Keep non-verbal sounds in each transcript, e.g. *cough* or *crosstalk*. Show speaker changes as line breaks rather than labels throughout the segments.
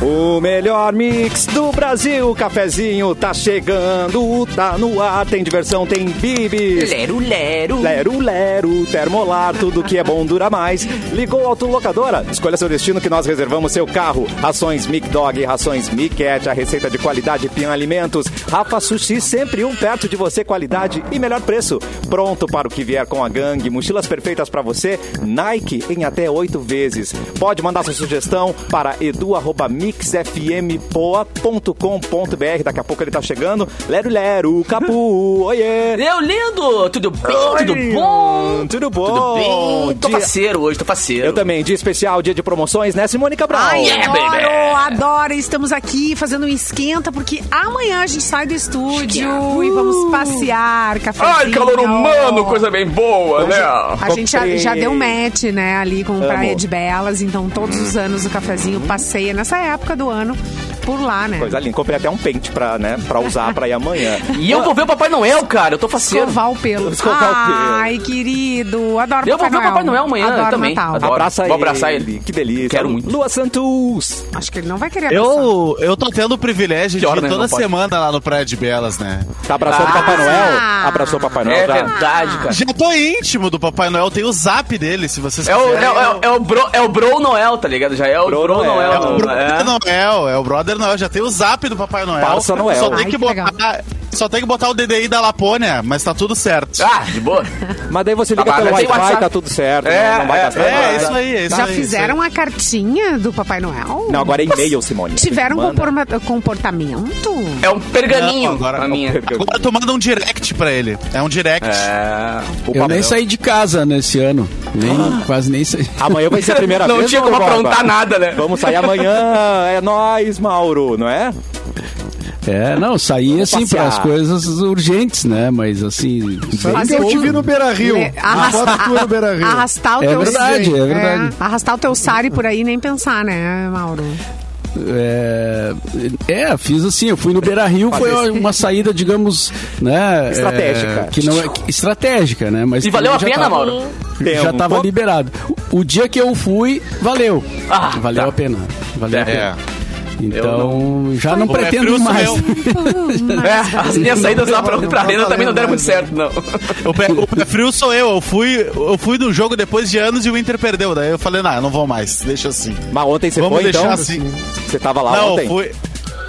no melhor mix do Brasil. O cafezinho tá chegando, tá no ar, tem diversão, tem bibis.
Lero, lero.
Lero, lero, termolar, tudo que é bom dura mais. Ligou a autolocadora? Escolha seu destino que nós reservamos seu carro. Rações Mic Dog, rações Mic Cat, a receita de qualidade Pian Alimentos. Rafa Sushi, sempre um perto de você, qualidade e melhor preço. Pronto para o que vier com a gangue, mochilas perfeitas para você, Nike em até oito vezes. Pode mandar sua sugestão para edu.mixfmpoa.com.br. Daqui a pouco ele tá chegando. Lero, lero, capu, oiê!
Meu lindo, tudo bem? Tudo bom?
Tudo bom?
Tudo bem? Tô
Dia-
parceiro hoje, tô parceiro.
Eu também, dia especial, dia de promoções, né, Simônica Brown?
Ai,
Yeah,
adoro,
baby.
adoro. Estamos aqui fazendo um esquenta, porque amanhã a gente sai do estúdio e vamos passear, cafezinho.
Ai, calor humano, coisa bem boa, né?
A gente já, já deu match, né, ali com Praia de Belas. Então, todos os anos o cafezinho passeia nessa época do ano por lá, né?
Coisa linda, comprei até um pente pra, né, pra usar pra ir amanhã.
E eu vou ver o Papai Noel, cara, eu tô parceiro.
Escovar o pelo.
Escovar o pelo.
Ai, querido, adoro
Eu vou
Papai
ver o
Noel.
Papai Noel amanhã
adoro
também.
Natal.
Adoro.
Abraça
Vou
ele.
abraçar ele.
Que delícia.
Quero muito.
Lua Santos.
Acho que ele não vai querer abraçar.
Eu, eu tô tendo o privilégio de
hora,
ir
né? Não
toda
pode.
semana lá no Praia de Belas, né?
Tá
Ah.
abraçando o Papai Noel? Abraçou o Papai Noel tá.
É
já.
verdade, cara.
Já tô íntimo do Papai Noel, tem o zap dele, se vocês
É o, é,
quiserem.
o- é o- é o bro, é o Bro Noel, tá ligado? Já é o
Bro
Bro,
Noel.
Noel.
É o
não- é.
Brother Noel, é o Brother Noel, já tem o zap do Papai Noel.
Parça Noel.
Só
Ai,
tem
que
que botar, só tem que botar o DDI da Lapônia, mas tá tudo certo.
Ah, de boa.
Mas daí você liga
Tá,
pelo
mas tem
Wi-Fi,
WhatsApp.
tá tudo certo.
É,
não, não vai
é,
gastar
é,
nada.
isso aí, é isso
Já
aí,
fizeram a cartinha do Papai Noel?
Não, agora é e-mail, Simone.
Tiveram
Manda.
comporma- comportamento?
É um pergaminho.
Não, agora é
a
não.
minha.
isso aí. Agora tu manda um direct pra ele. É um direct.
É.
O
Eu
Papai
nem
Noel.
saí de casa nesse ano. Nem, quase nem saí.
Amanhã vai ser a primeira
*laughs* Não
vez.
tinha
ou
como
agora?
aprontar nada, né?
Vamos sair amanhã. É nóis, Mauro, não é?
*laughs* É, não, saí assim
passear.
para as coisas urgentes, né? Mas assim.
Ah,
bem-
Fazer
eu te
o-
vi no Beira Rio.
Le-
A
arrasta-
foto tua no Beira Rio.
Arrastar o
É
teu
verdade, é verdade.
arrastar o teu sari por aí e nem pensar,
*laughs*
né, Mauro?
É, é, fiz assim, eu fui no Beira Rio, foi uma saída, digamos, né?
Estratégica.
é, que não é, que- estratégica, né? Mas
E valeu a
também já
pena,
tava-
Mauro?
Tem
Já
um
tava
pouco?
liberado. O, o dia que eu fui, valeu.
Ah,
valeu
tá.
a pena. Valeu a pena.
É.
Então, já não
Pô, é
pretendo
frio,
mais.
sou
É, as minhas saídas lá pra, pra arena também não deram muito
mais,
certo, não.
*laughs*
O pé, o pé frio sou eu. Eu fui, eu fui no jogo depois de anos e o Inter perdeu. Daí eu falei, não, eu não vou mais. Deixa assim.
Mas ontem você
Vamos
foi,
deixar
então?
assim.
Você tava lá
não,
ontem?
eu fui.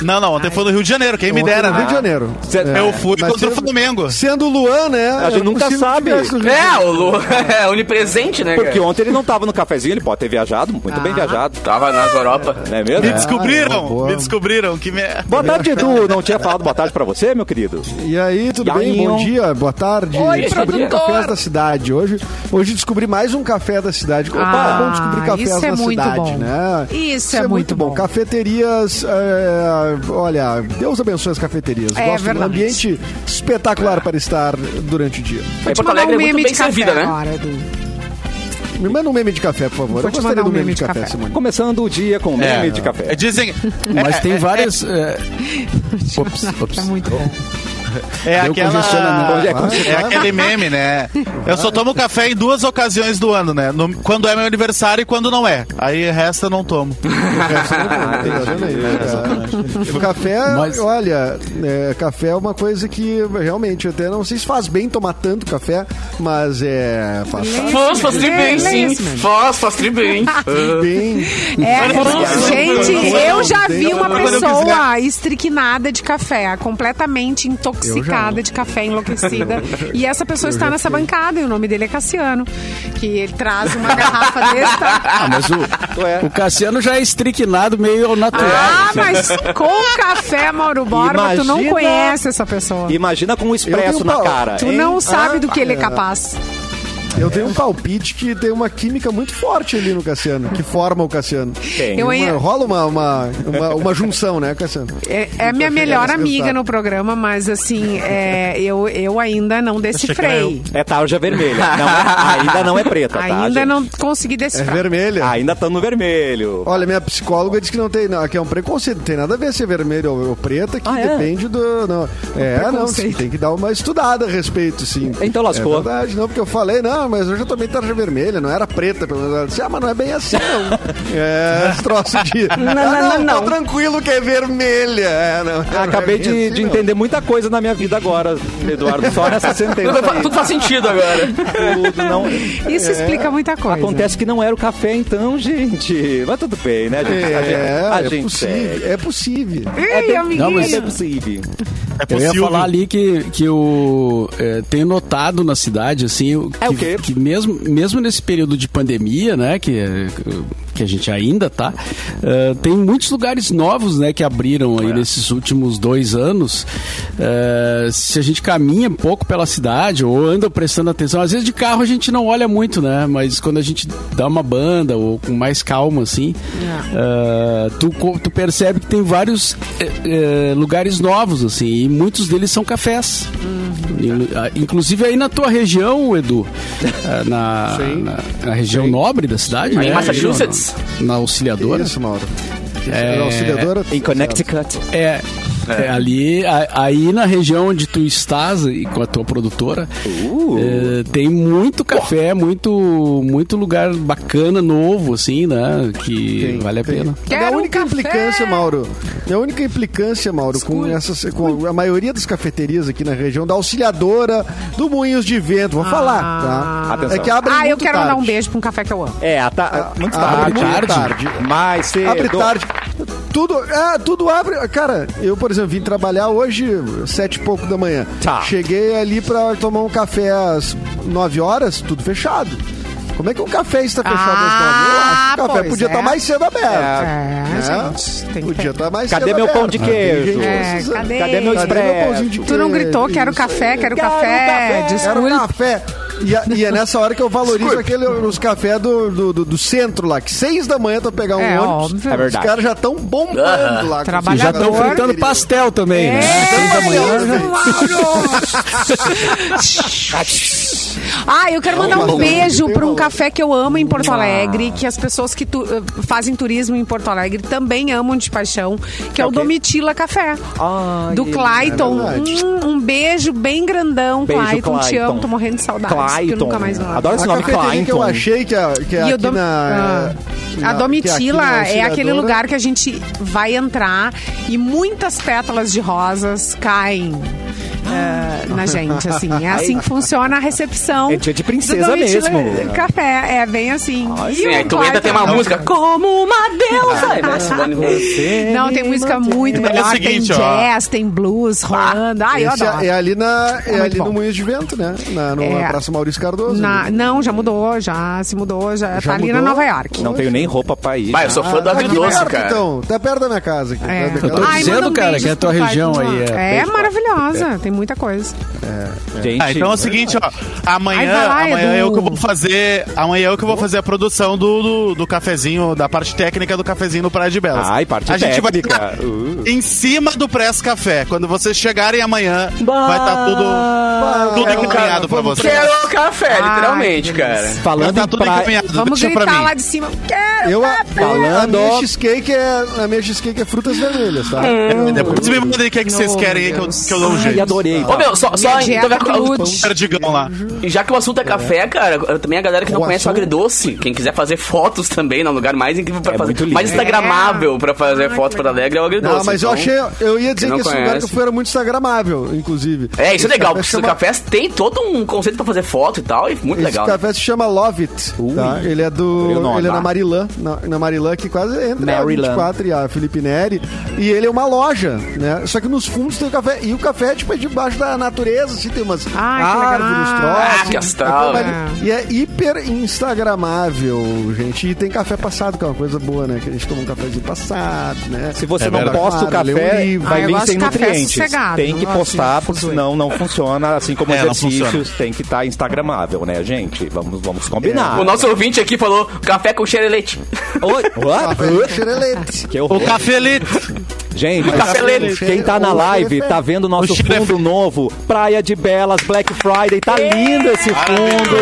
Não, não, ontem foi no Rio de Janeiro, quem me
Ontem
dera,
no Rio de
né?
Janeiro. É,
Cê-
Eu fui
Mas
contra o
sendo-
Flamengo.
Sendo o Luan, né?
A gente nunca sabe.
É, o Lu *laughs* é onipresente, né,
Porque
É.
cara?
ontem ele não tava no cafezinho, ele pode ter viajado, muito
Ah.
bem viajado.
Tava nas Europa.
Não é mesmo?
Me
é
descobriram,
uma boa.
me É, descobriram que
*laughs*
merda.
Boa tarde, Edu. Não tinha falado boa tarde pra você, meu querido?
E aí, tudo bem?
Iainho.
Bom dia, boa tarde.
Oi,
Descobrindo
produtor.
cafés da cidade. Hoje, hoje descobri mais um café da cidade. Opa,
Ah,
é bom descobrir cafés
isso é
na
muito
cidade,
bom.
né?
Isso é muito bom.
Cafeterias, é, olha, Deus abençoe as cafeterias.
É
Gosto de um
verdade.
ambiente espetacular para estar durante o dia.
Em Porto
mandar um
Alegre é muito
meme
bem
de café
servida, né?
Agora, Edu.
Me manda um meme de café, por favor.
Vou
Eu
te
gostaria
mandar um
do meme de café, Simone.
Começando o dia com meme de café.
É, Dizem.
Mas
é,
tem
é,
várias.
*laughs*
é, ops, ops.
Tá muito bom.
É,
Deu
aquela.
né?
congestionamento.
É como se-
É aquele meme, né? Eu só tomo café em duas ocasiões do ano, né? No- quando é meu aniversário e quando não é. Aí resta eu não tomo.
*laughs* Tem razão aí, né, cara? O café,
Mas-
olha, é, café é uma coisa que realmente eu até não sei se faz bem tomar tanto café, mas é faz
Fãs faz bem, sim.
Beleza, mano.
Fãs faz bem.
bem.
É, gente, eu já vi uma
Quando eu
pessoa
quiser.
estriquinada de café, completamente intoxicada de café,
*laughs*
enlouquecida. E essa pessoa está nessa bancada e o nome dele é Cassiano, que ele traz uma
*laughs*
garrafa desta.
Ah, mas o,
Ué.
o Cassiano já é estriquinado meio ao natural.
Ah,
assim.
mas com café, Mauro Borba, tu não
Imagina-
conhece essa pessoa.
Imagina com um expresso
Eu tenho
na
pau.
cara.
Tu
hein?
não sabe do que ele é
é.
capaz.
Eu tenho um palpite que tem uma química muito forte ali no Cassiano, que forma o Cassiano.
Tem.
Eu
Uma-
ainda-
rola uma, uma, uma, uma junção, né, Cassiano?
É, é minha melhor amiga no programa, mas assim, é, eu, eu ainda não decifrei.
É tarja vermelha. Não é- ainda não é preta, tá?
Ainda
gente?
não consegui
É
decifrar.
vermelha.
Ainda tá no vermelho.
Olha, minha psicóloga disse que não tem, não, que é um preconceito, não tem nada a ver ser vermelho ou, ou preta, que
Ah, é? um
depende do. Não. É, não,
Preconceito.
sim, tem que dar uma estudada a respeito, sim.
Então lascou.
É verdade, não, porque eu falei, não, ah, mas hoje eu tomei tarja vermelha, não era preta. Pelo menos. Ela disse, ah, mas não é bem
*laughs*
assim, não. É, esse troço de...
Não, não, não,
Ah, tô
não.
tranquilo que é vermelha. É, não, não é
Ah, Acabei
bem
de,
assim,
de
não.
entender muita coisa na minha vida agora, Eduardo. Só nessa sentença.
*laughs*
Tudo, fa-
aí.
tudo faz sentido agora.
Tudo não-
Isso explica muita coisa.
Acontece que não era o café, então, gente. Mas tudo bem, né? A gente, a gente-
É,
a
é
gente segue.
possível. É possível.
Ei,
bem-
amiguinho.
Não, mas é possível.
É
Eu ia
possível.
falar ali que, que eu eh, tenho notado na cidade, assim, o- que,
É o quê?
que mesmo, mesmo nesse período de pandemia, né, que, que a gente ainda tá, eh, tem muitos lugares novos, né, que abriram aí nesses últimos dois anos. Eh, se a gente caminha um pouco pela cidade ou anda prestando atenção, às vezes de carro a gente não olha muito, né, mas quando a gente dá uma banda ou com mais calma, assim, eh, tu, co- tu percebe que tem vários eh, eh, lugares novos, assim, e muitos deles são cafés. E, ah, Inclusive aí na tua região, Edu, ah, na, na- na região nobre da cidade,
Aí em
né?
Massachusetts?
Na, na auxiliadora.
Isso, Mauro.
É-
Na Auxiliadora,
Em Connecticut.
É. é, ali, a- aí na região onde tu estás e com a tua produtora,
Uh.
é, tem muito café, muito, muito lugar bacana, novo, assim, né? Que vale a pena.
É a
Quero um
única
café.
implicância, Mauro. É a única implicância, Mauro, com, essas, com a maioria das cafeterias aqui na região, da auxiliadora, do Moinhos de Vento. Vou falar, tá?
Atenção.
É que abre
Ah, eu
muito
quero
tarde.
dar um beijo pra um café que eu amo.
É, a ta- muito
Ah, abre
tarde.
muito
tarde.
tarde.
Mais cedo.
Abre tarde. Tudo, ah, tudo abre. Cara, eu, por exemplo, vim trabalhar hoje, sete e pouco da manhã.
Tá.
Cheguei ali pra tomar um café às nove horas, tudo fechado. Como é que um café está fechado
Ah,
às nove? Eu acho que o café
pois
podia
é.
estar mais cedo
É,
aberto. né?
gente, tem que
Podia
ter.
estar mais
Cadê
cedo
meu pão
aberto.
de
Tem
queijo?
gente
É,
precisando.
cadê?
Cadê meu
Cadê meu pãozinho
expresso?
de
Tu não gritou,
queijo?
quero
Isso
café,
Quero
quero, café.
café.
Era um
Desculpa.
café. E, é- e é nessa hora que eu valorizo aquele, os cafés do, do, do- do centro lá, que seis da manhã pra pegar um
É,
ônibus.
óbvio.
É verdade.
Os caras já estão
*laughs*
bombando lá.
E já estão
Trabalhador.
fritando pastel também,
É,
né? Seis da manhã.
*laughs* Ah, eu quero mandar
Não,
um
não,
beijo
não.
para um café que eu amo em Porto Alegre, que as pessoas que tu- eh, fazem turismo em Porto Alegre também amam de paixão, que é o Domitila Café. do Clayton.
é verdade.
Hum, um beijo bem grandão,
Beijo,
Clayton. Te
Clayton.
amo, tô morrendo de saudade. porque Ah, eu
Clayton.
nunca mais vou lá.
Adoro esse
A
nome, então.
cafeteria que eu
Clayton.
achei que é, que é
E o
aqui
Dom-
na,
Ah.
na-
A
que é aqui na
Domitila é aquele
Auxiliadora.
lugar que a gente vai entrar e muitas pétalas de rosas caem. eh, na gente, assim. É assim que funciona a recepção.
É dia de princesa
do Domitila
mesmo.
Café, é bem assim. E
Sim,
o
aí tu entra, tem uma
Clayton-
música. Como uma deusa. Aí, né, Simone Rousseff.
Não, tem música muito
É o
melhor.
seguinte,
tem
ó.
jazz, tem blues rolando. Ai, eu
Esse
adoro.
é, é ali, na, é
muito
ali
bom.
no Moinhos de Vento, né? Na, no,
É.
na Praça Maurício Cardoso.
Na-
ali.
não, já mudou, já se mudou, já,
Já
tá ali na
mudou?
Nova York.
Não tenho nem roupa pra ir.
Vai, eu sou fã do
Aqui
agridoce,
perto,
cara.
então. Tá perto da minha casa. Aqui,
É.
perto da minha
Eu tô
casa.
Ai,
dizendo,
manda um
cara,
beijo
que a tua
pro pai
região
do
aí
Juan.
é-
É maravilhosa, tem muita coisa.
Gente,
Ah, então é o seguinte, ó. Amanhã,
Ai, vai lá,
amanhã é
Edu.
eu que eu vou fazer. Amanhã é eu que eu vou fazer a produção do, do, do cafezinho, da parte técnica do cafezinho no Praia de Belas.
Ai, parte
a gente vai
técnica.
tá
Uh.
em cima do Press Café. Quando vocês chegarem amanhã, vai estar tudo, tudo
Quero,
encaminhado pra
vamos
vocês.
Quero é café,
Ai,
literalmente,
que
cara.
falando
Tá
em
tudo
praia...
encaminhado,
Vamos
deixa pra
gritar
mim.
lá de cima. Quero
Eu, a,
café!
a
Falando-
minha cheesecake é, a minha cheesecake é frutas vermelhas, tá?
Hum.
Depois me mandem o que, é que vocês
Meu
querem aí que eu,
Deus.
que eu dou um
Ai,
jeito.
adorei.
Ô, meu, só, só
Minha é dieta tá
então,
glúten.
Perdigão lá.
E já que o assunto é café, cara, eu- também a galera que não
O
conhece o
assunto-
agridoce, quem quiser fazer fotos também, no lugar mais incrível pra
É
fazer,
muito lindo.
mais instagramável pra fazer
Ah,
fotos
que
para Alegre é o agridoce.
Não, mas eu
então-
achei, eu ia dizer
não
que esse lugar
conhece.
que eu fui era muito instagramável, inclusive.
É, isso é
Esse
legal,
café
porque os
chama-
cafés tem todo um conceito pra fazer foto e tal, e muito
Esse
legal. né?
café se chama Love It. tá? Ele é
adorei o
do.
nome,
Ele é
tá?
na Marilã, na, na Marilã, que quase entre
Maryland.
a 24 e a Felipe Neri. E ele é uma loja, né? Só que nos fundos tem o café. E o café, tipo, é debaixo da natureza, assim, tem umas
Ah, que
árvores,
legal.
troços.
Ah, que astral,
É,
né?
E é hiper instagramável, gente. E tem café passado, que é uma coisa boa, né? Que a gente toma um cafezinho passado, né?
Se você
É
não
verdade.
posta o
Claro, lê
café,
um livro.
vai
Ah, eu
vir
gosto
sem
de café
nutrientes.
sossegado,
Tem
não
que
gosto de
postar, porque
fuzuê.
senão não funciona. Assim como
É, não
exercícios,
funciona.
tem que estar instagramável, né, gente? Vamos, vamos combinar.
É. O nosso ouvinte aqui falou café com cheiro de leite. *laughs*
Oi?
Café
Ah.
What?
com xerelete.
Que
O
horror.
cafelito.
Gente,
Cafeleiro.
quem tá na live tá vendo o nosso
O chile-
É.
fundo novo. Praia de Belas, Black Friday. Tá lindo esse fundo.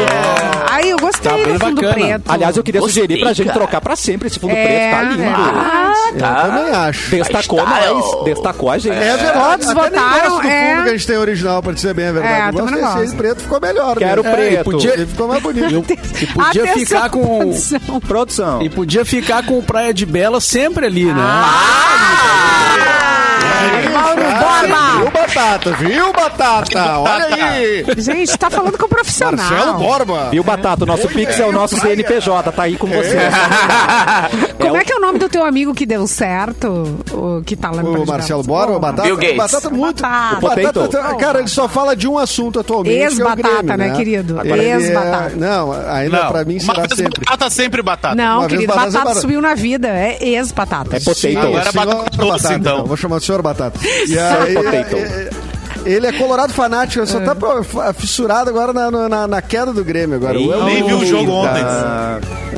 Aí eu gostei
Tá bem
do fundo
bacana.
preto.
Aliás, eu queria
Gostei,
sugerir pra gente
cara.
trocar pra sempre esse fundo
É, tá.
preto. Tá
é
lindo.
verdade.
Eu também
Ah.
acho.
Destacou
Style.
nós. Destacou a gente.
É verdade.
Todos
até nem
votaram,
gosto do
é.
fundo que a gente tem original, pra dizer bem a
É,
verdade. eu
também
gosto
não
desse aí,
gosto.
preto ficou melhor.
Quero
né?
preto.
e podia-
Ele ficou mais bonito.
Eu- E podia
Atenção, *laughs*
ficar com.
produção.
Produção.
E podia ficar com o Praia de Bela sempre ali, né?
Ah!
É.
Mauro Borba.
Ah, Viu, Batata? Viu, Batata? Olha aí.
Gente, tá falando com o profissional.
Marcelo Borba.
Viu, Batata? O nosso Pix é o nosso CNPJ, tá aí com você.
É.
Como é que é o nome do teu amigo que deu certo? O que tá lá no
O
Brasil?
Marcelo Borba, Batata.
Bill Gates.
Batata muito.
Batata.
O Potato.
Batata, tá, cara, ele só fala de um assunto atualmente. que é o
Ex-batata,
Grêmio,
né, querido?
Agora ele é-
Ex-batata.
Não, ainda pra mim
uma
será
vez
sempre.
batata, sempre batata.
Não,
Uma vez
querido,
Batata
batata,
Barata.
subiu na vida. É ex-batata.
É potato.
Agora
Senhor
batata doce, então.
Vou chamar o senhor
*laughs*
Batata. E aí,
Potato.
é, é, ele é colorado fanático,
É.
só tá pô, f- fissurado agora na, na, na queda do Grêmio. Agora.
Eita.
Eu-
Nem vi o jogo ontem.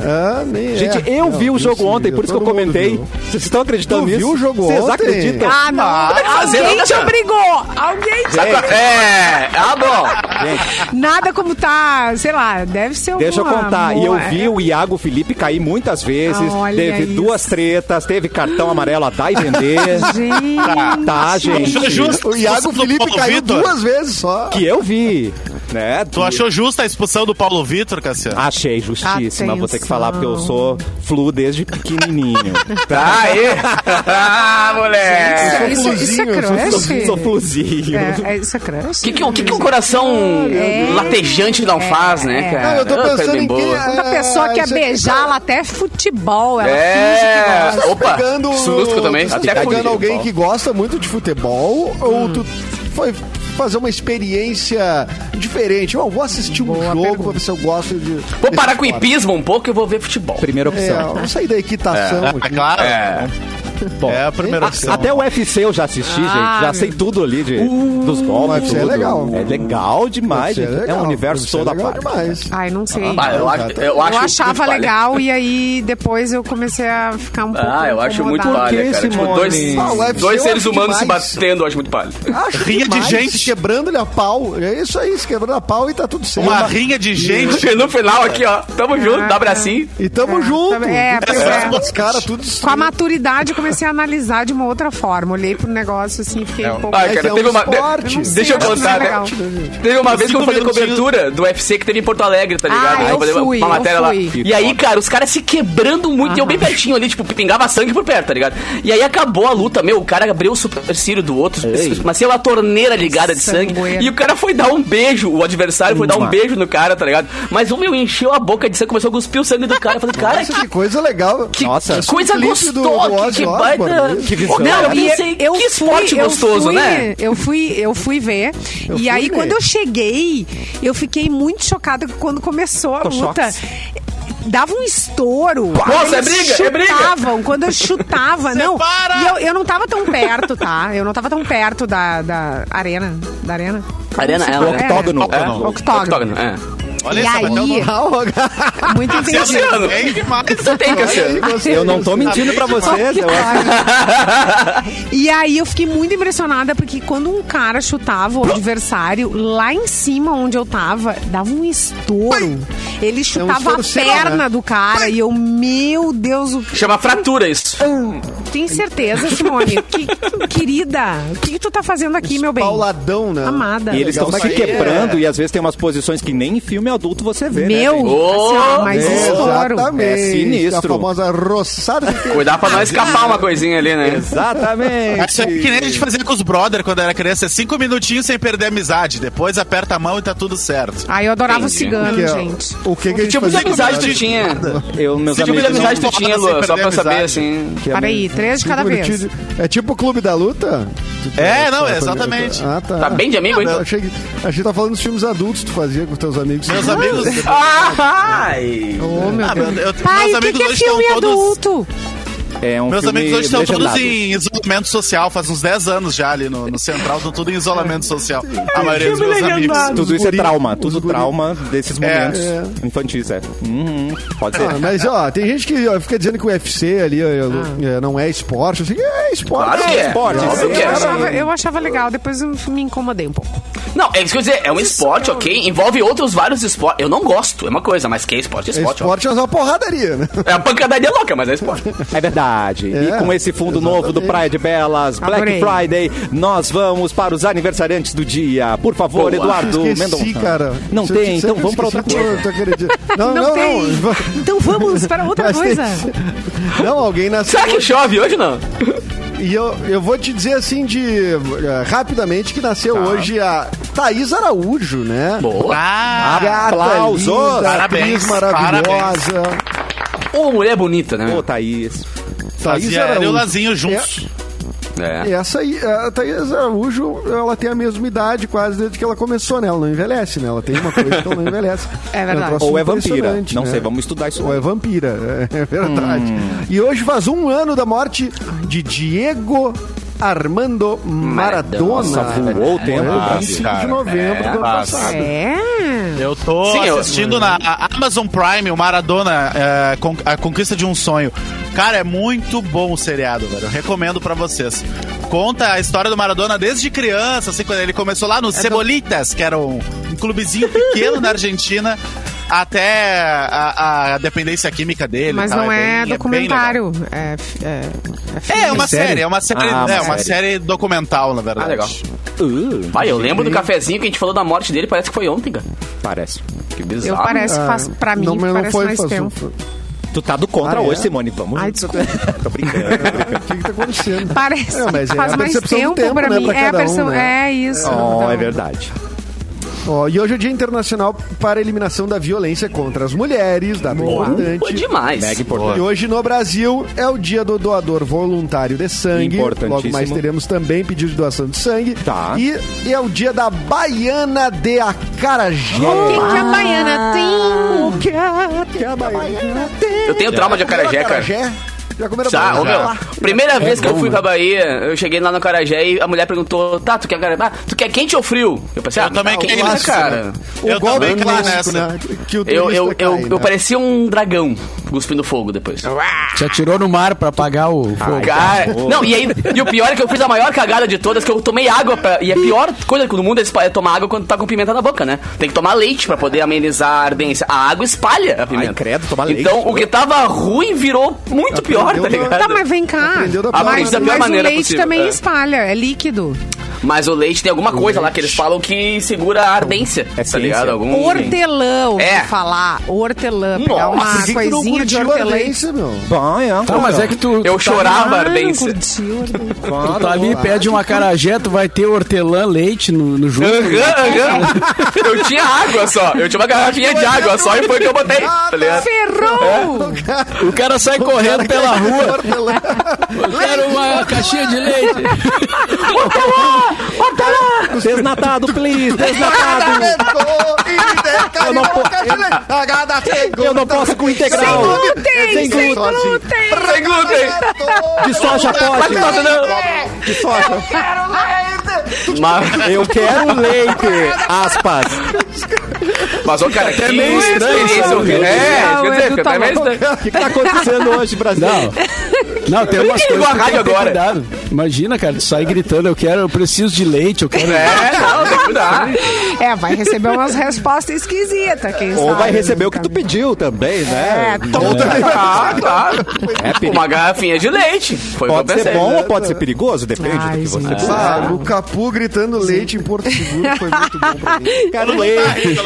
Ah, nem é.
Gente, eu
Não,
vi o jogo
sim,
ontem, por isso que eu
todo mundo
comentei.
viu.
Vocês estão acreditando
Tu
nisso?
viu o jogo
Vocês
ontem?
acreditam?
Ah, não.
fazer
Alguém
nada.
te obrigou. Alguém te
Gente,
É, ah, bom.
Nada como tá, sei lá, deve ser alguma...
Deixa eu contar. E eu
boa- É.
vi o Iago Felipe cair muitas vezes.
Ah, olha
teve
isso.
duas tretas, teve cartão amarelo a dar e vender.
Gente.
tá, gente.
Achou é justo
O Iago
expulsão do
Felipe
Paulo
caiu
Vitor?
duas vezes só.
Que eu vi. Né?
Tu achou justa a expulsão do Paulo Vitor,
Ah,
Cassiano?
Achei justíssima, vou ter que falar, porque eu sou flu desde pequenininho.
Tá aí. Ah, moleque.
Isso, isso é
Fluzinho, sou
crush?
sou fluzinho.
É, é, isso é crush?
O que, que, um- que, que um coração
É.
latejante não faz, né, cara?
É, Não, eu tô
Ah, coisa
tá
pensando
bem
em quem
boa.
é-
Uma pessoa que quer
isso aqui-
beijar, ela até é futebol, ela
então- É.
finge que gosta.
Opa,
pegando,
susto também.
Tu
Até
tá pegando
futebol. Hum.
alguém que gosta muito de futebol ou tu foi fazer uma experiência diferente? Eu vou assistir um jogo pra ver se eu gosto de.
Vou
desse
parar com o
esporte.
hipismo um pouco e eu vou ver futebol.
Primeira
É,
opção.
vamos sair da equitação.
É
aqui.
claro.
É.
Bom,
É a primeira
a-
opção.
Até o UFC eu já assisti,
Ah,
gente. Já
meu
sei tudo ali de, dos golpes.
o UFC é
tudo.
legal.
É legal demais,
Isso
gente. É,
legal,
um universo
isso é
todo à
legal
parte.
demais.
Ai, não sei.
Ah,
tá,
eu, acho, eu, acho
eu achava
muito palha.
legal e aí depois eu comecei a ficar um pouco
Ah, eu acho muito
incomodada.
Por
palha,
que,
cara. Tipo,
Simone?
dois,
Ah, o UFC
dois
eu
seres
acho
humanos
demais.
se batendo, eu acho muito palha. *laughs*
Acho
Rinha de
demais,
gente.
Quebrando-lhe a pau. É isso aí, se quebrando a pau e tá tudo certo.
Uma rinha de gente.
no final aqui, ó. Tamo junto, dá bracinho.
E tamo junto.
É,
Tudo
pois
certo,
é.
os caras, tudo certo.
Com a maturidade, eu comecei a analisar de uma outra forma. Olhei pro negócio assim, fiquei um pouco.
Ai,
Mas
cara,
é um
teve uma.
esporte.
de-
Eu não sei,
Deixa eu
acho que não é
contar,
legal.
né? Teve uma vez que eu
cinco
falei
minutinhos.
cobertura do UFC que teve em Porto Alegre, tá ligado?
Ah, eu
falei uma-
fui,
uma
eu
matéria lá.
fui.
E aí, cara, os caras se quebrando muito, e eu bem
Aham.
pertinho ali, tipo, pingava sangue por perto, tá ligado? E aí acabou a luta, meu, o cara abriu o supercílio do outro, mas sei lá, a torneira ligada de sangue,
Sangueira.
e o cara foi dar um beijo, o adversário foi dar um
Uma.
beijo no cara, tá ligado? Mas o meu encheu a boca de sangue, começou a cuspir o sangue do cara, eu falei, cara,
Nossa,
que
que coisa legal.
que
Nossa.
que coisa
Esse clipe do- do
gostosa, que,
Ozzy
que
Osbourne,
baita.
né? Que
visão.
Cara, eu
E é
pensei,
eu
que
fui-
esporte
eu
gostoso,
fui-
né?
Eu fui, eu fui ver.
Eu
e
fui
aí,
ver.
quando eu cheguei, eu fiquei muito chocada quando começou a
Com
luta.
choques.
Dava um estouro.
Nossa,
Eles
é briga, é briga.
Chutavam, quando
*laughs*
eu chutava, não.
Separa!
E eu, eu não tava tão perto, tá? Eu não tava tão perto da, da arena. Da arena.
Arena,
Como se
ela,
fala?
né?
Octógono.
É,
Octógono.
Octógono.
é.
Olha
E
isso, Rafael,
aí, *laughs* muito entendido.
Cassiano,
bem demais.
assim, você tem, assim, Cassiano.
Eu não tô mentindo pra vocês. Eu acho
E aí eu fiquei muito impressionada porque quando um cara chutava o adversário lá em cima onde eu tava, dava um estouro. Ele chutava
um estouro
a
será,
perna
né?
do cara e eu, meu Deus, o-
Chama fratura isso.
tenho certeza, Simone. que, querida, o que, que tu tá fazendo aqui, meu bem?
Pauladão, né?
Amada.
E eles
Legal,
estão
mas
se
aí
quebrando e às vezes tem umas posições que nem em filme adulto você vê. né,
Meu,
gente?
Oh,
assim, ó, mas estouro.
Exatamente.
É sinistro.
A famosa roçada. de-
Cuidar pra não escapar uma coisinha ali, né?
Exatamente.
Isso é que nem a gente fazia com os brother quando era criança. É Cinco minutinhos sem perder a amizade. Depois aperta a mão e tá tudo certo.
Aí eu adorava
Entendi.
o cigano,
Que é-
gente.
O que, que a
Que
gente
tipo de
fazia?
amizade tu tinha?
Eu, meus
Que tipo de
amigos, não-
amizade tu
não
tinha,
fala
Lua?
sem
Só pra
perder
saber,
amizade.
assim.
é
que
Para aí,
amigos-
três de cada
Cinco
vez.
minutinhos. É tipo o clube da luta?
É, não, exatamente.
Ah, tá.
Tá bem de amigo, hein?
Eu achei que a gente tá falando dos filmes adultos que tu fazia com teus amigos.
Meus amigos.
Ai!
Oh, meu
Ah,
Deus.
meu Deus, eu-
Pai,
meus
o que,
amigos
que é
hoje
filme
estão todos-
adulto?
É um
Meus
filme
amigos hoje estão todos
legendado.
em isolamento social, faz uns 10 anos já ali no, no Central, estão tudo em isolamento social. A maioria dos meus amigos.
Tudo isso é
Os Ah, guri-
trauma,
os
tudo
guri- É,
trauma desses momentos infantis, é. Uhum, pode ser.
Ah, mas ó, tem gente que ó, fica dizendo que o UFC ali ó, é, não é esporte. Eu sei que é esporte.
Ah. Claro que é.
Esporte,
Óbvio
sim.
que
Eu
é.
achava, eu achava legal, depois eu me incomodei um pouco.
Não, é isso que eu ia dizer, é um esporte, ok? Envolve outros vários esportes. Eu não gosto, é uma coisa, mas que é esporte, é
É
esporte, ó.
esporte, mas é uma porradaria, né?
É a pancadaria louca, mas é esporte.
É verdade. e
É,
com esse fundo novo do Praia de Belas, Black
Adorei.
Friday, nós vamos para os aniversariantes do dia. Por favor,
Boa.
Eduardo
Esqueci,
Mendonça.
cara.
Não
Se-
tem,
sempre
então vamos para outra
esqueci,
coisa.
tu- tu acredita? Não, não,
Não,
não.
tem. Então vamos para outra
Mas tem-
coisa.
*laughs* Não, alguém nasceu.
Será que chove hoje não?
E eu, eu vou te dizer assim de eh, rapidamente que nasceu
Tá.
hoje a Thaís Araújo, né?
Boa.
Ah,
Gata,
Aplausos.
linda,
Parabéns,
atriz maravilhosa.
Ô, mulher bonita, né?
É.
Ô, Thaís.
Thaís
fazia ela e o
Araújo.
Lazinho juntos.
É.
Essa aí, a Thaís Araújo, ela tem a mesma idade quase desde que ela começou, né? Ela não envelhece, né? Ela tem uma coisa que ela não envelhece.
É verdade.
um troço
Ou é vampira.
impressionante,
Não
né?
sei, vamos estudar isso.
Ou é vampira, é verdade. E hoje faz um ano da morte de Diego Armando Maradona.
Nossa, voou o tempo.
Morreu
Brasil.
25 de novembro do ano
nossa.
passado.
É.
Eu tô
Sim, eu-
assistindo na a- Amazon Prime o Maradona, é, Con- a Conquista de um Sonho. Cara, é muito bom o seriado, velho. Eu recomendo pra vocês. Conta a história do Maradona desde criança, assim, quando ele começou lá no Cebolitas, que era um, um clubezinho pequeno na Argentina, até a, a dependência química dele. e
Mas
tal.
não
bem-
é
bem
documentário. É, é,
legal.
filme.
É, uma série? é uma série,
Ah, uma
é uma
série.
série documental, na verdade.
Ah, legal.
Uh,
Pai, eu lembro do cafezinho que a gente falou da morte dele, parece que foi ontem, cara.
parece.
Que bizarro.
Eu parece que faz pra mim,
Ah, não, mas não
parece
foi
mais
faz
tempo.
*laughs* um-
Tu tá do contra
Ah, é?
hoje, Simone. Vamos.
Ai, desculpa. *laughs*
Tô brincando.
*laughs* O que, que tá acontecendo?
Parece
É, mas
que
é
faz
a
mais
percepção do
tempo,
tempo,
pra
né,
mim.
pra
é, a
cada um,
percepção-
né?
é isso.
oh,
Então,
é verdade.
Ó, e hoje é o Dia Internacional para a Eliminação da Violência contra as Mulheres, data
Pô,
importante.
Hum, demais.
Mega
E
importante.
hoje no Brasil é o dia do doador voluntário de sangue.
Importantíssimo.
Logo mais teremos também pedido de doação de sangue.
Tá.
E, e é o dia da Baiana de Acarajé.
O que, que a
Ah,
baiana tem?
que é a Baiana
Eu tenho trauma de acarajé, cara.
Já comeram Tá.
Já, É né? ô,
acarajé?
meu, primeira vez que eu fui pra Bahia, eu cheguei lá no Carajé e a mulher perguntou, tá, tu quer acarajé? Ah, tu quer quente ou frio? Eu pensei, ah,
Eu também
tá,
queria,
quente, cara.
cara. Eu
O golpe
também caí
clássico,
nessa.
né? Que o
Eu, eu,
turista
eu,
cai,
eu
né?
parecia um dragão cuspindo fogo depois.
Já tirou no mar pra apagar o fogo.
Cara, não, e aí, e o pior é que eu fiz a maior cagada de todas, que eu tomei água pra, E a pior coisa do mundo é espa- é tomar água quando tá com pimenta na boca, né? Tem que tomar leite pra poder amenizar a ardência. A água espalha a pimenta.
credo, tomar leite.
Então, o que tava ruim virou muito pior, tá
Aprendeu na-
ligado?
Tá, mas vem cá.
Aprendeu da
Mas, mas,
pior maneira. Da pior
o
maneira
leite
possível,
também
é.
espalha, é líquido.
Mas o leite tem alguma coisa lá que eles falam que segura a ardência.
É
tá
ciência.
ligado? Algum...
Hortelã, ouvi
É.
falar. Hortelã. Pegar
Nossa,
Por
uma
que que tu não
coisinha de
curtiu a
hortelã. e-
ardência, meu?
Bom, é.
Tá, mas é que tu,
Eu chorava a
Ah, não
ardência.
curtiu, hortelã.
tu tá ali, pede um acarajé, tu vai ter hortelã, leite no, no
É.
junto.
Aham, aham. Eu tinha água só. Eu tinha uma garrafinha É de água só e foi que eu botei. Tá ligado?
É?
Ferrou!
O cara *laughs* sai correndo pela rua. Quero uma caixinha de leite.
Desnatado, please. Desnatado. Eu não po- Eu não posso com integral.
Glúten, sem glúten!
Sem glúten.
De soja pode.
Lactose não.
Que soja. *laughs*
Mas,
Eu quero um leite. Aspas.
mas, ô, cara, que é meio
estranho, sabe?
É,
Ah,
isso que eu ia
o
dizer,
Edu
fica
tá
até meio
louco.
estranho.
É.
O que tá acontecendo hoje, Brasil?
Não. Não, tem umas
que
coisas
ligou a
que tem
rádio
que ter
agora?
cuidado. Imagina, cara, tu sai gritando, eu quero, eu preciso de leite, eu quero...
É, não, tem que cuidar.
É, vai receber umas respostas esquisitas, quem sabe.
Ou vai receber o que
nunca.
tu pediu também, né?
É,
Ah, claro.
É perigo.
Uma garrafinha de leite. Foi o que
Pode
eu né?
ser
pensei.
bom ou pode ser perigoso, depende
Ai,
do que você
gente.
quiser.
Ah, o Capu gritando leite em Porto Seguro foi muito bom pra mim.
Quero leite.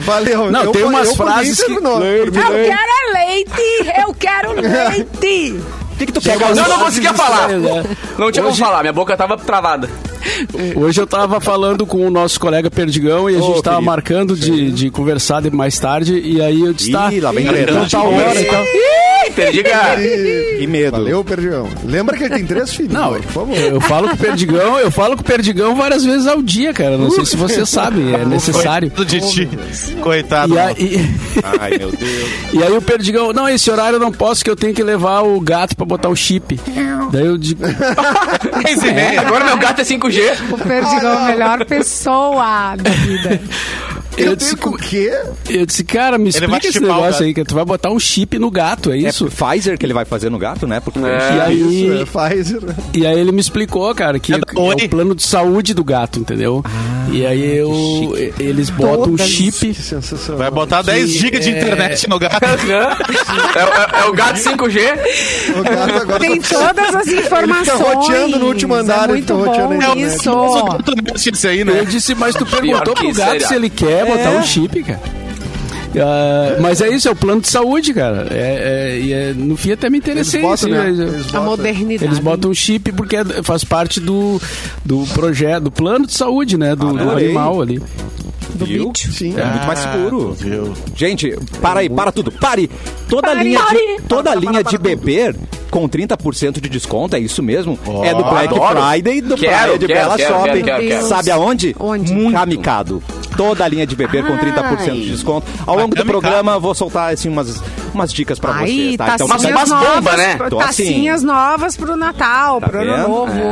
Valeu.
Não,
eu-
tem
eu-
umas
eu por mim
frases que-
terminou.
Leite,
Eu
leite.
quero é leite!
*laughs*
Eu quero leite!
O que, que tu quer?
Não, não
Gaúcho?
conseguia falar.
né?
Não tinha como
Hoje-
falar, minha boca tava travada.
Hoje eu tava falando com o nosso colega Perdigão e a
Ô,
gente tava
querido.
marcando de, de conversar de- mais tarde e aí eu disse, tá,
Ih, lá vem
então
grande.
tá hora e tal.
Entendi, cara.
E medo.
Valeu, Perdigão. Lembra que ele tem três filhos,
Não,
por favor.
Eu falo com o Perdigão, eu falo com o Perdigão várias vezes ao dia, cara. Não sei se você sabe, é necessário.
Coitado de ti. Coitado.
E aí,
Ai, meu Deus.
e aí o Perdigão, não, esse horário eu não posso, que eu tenho que levar o gato pra botar o chip. Daí eu digo,
Seis e meia.
Agora meu gato é 5G.
O Perdigão é a melhor pessoa da vida.
Eu,
Eu
tenho
disse-
com o quê?
Eu disse, cara, me
Ele vai
explica esse
chipar o
negócio
gato.
aí, que tu vai botar um chip no gato, é isso?
É Pfizer que ele vai fazer no gato, né? Porque
É.
E aí,
Isso, é Pfizer.
e aí ele me explicou, cara, que é,
É da Oi?
o plano de saúde do gato, entendeu? e aí eu, eles botam um
Todas.
chip.
Que sensacional.
Vai botar 10 GB de internet no
*laughs*
gato.
Né? É, o- é o gato 5G?
O gato
*laughs*
agora tá
Tem todas as informações.
roteando no último andar,
É
ele
muito
fica roteando
bom
a internet.
isso.
Mas o gato não tinha isso aí,
Eu
né?
disse, mas tu
É. Pior
perguntou
que
pro
isso,
gato
será?
se ele
É.
quer botar um chip, cara. Ah, mas é isso, é o plano de saúde, cara. É, é- e é- no fim até me
Eles
interessei.
botam,
assim,
né?
mas eu-
Eles
A
botam.
modernidade.
Eles botam um chip porque é- faz parte do, do projeto, do plano de saúde, né?
Ah,
Do, do
Adorei.
animal ali.
do bicho.
Sim.
É muito mais seguro.
viu?
Gente, para aí, para tudo. Pare! Toda linha, de, toda linha de beber com 30% de desconto, é isso mesmo? é do Black
adoro.
Friday do
Quero,
Praia de
quero,
Bela
quero,
Shopping.
quero, quero,
quero.
Sabe aonde?
Onde?
Muito. Camicado. Toda linha de beber com 30% de desconto. Ao longo do
Camicado.
programa, vou soltar assim, umas, umas dicas pra vocês.
Aí,
Tá? Então,
tacinhas
umas
novas,
bomba, né?
Tô assim. Tá
Tacinhas novas pro Natal, pro Ano
vendo?
Novo.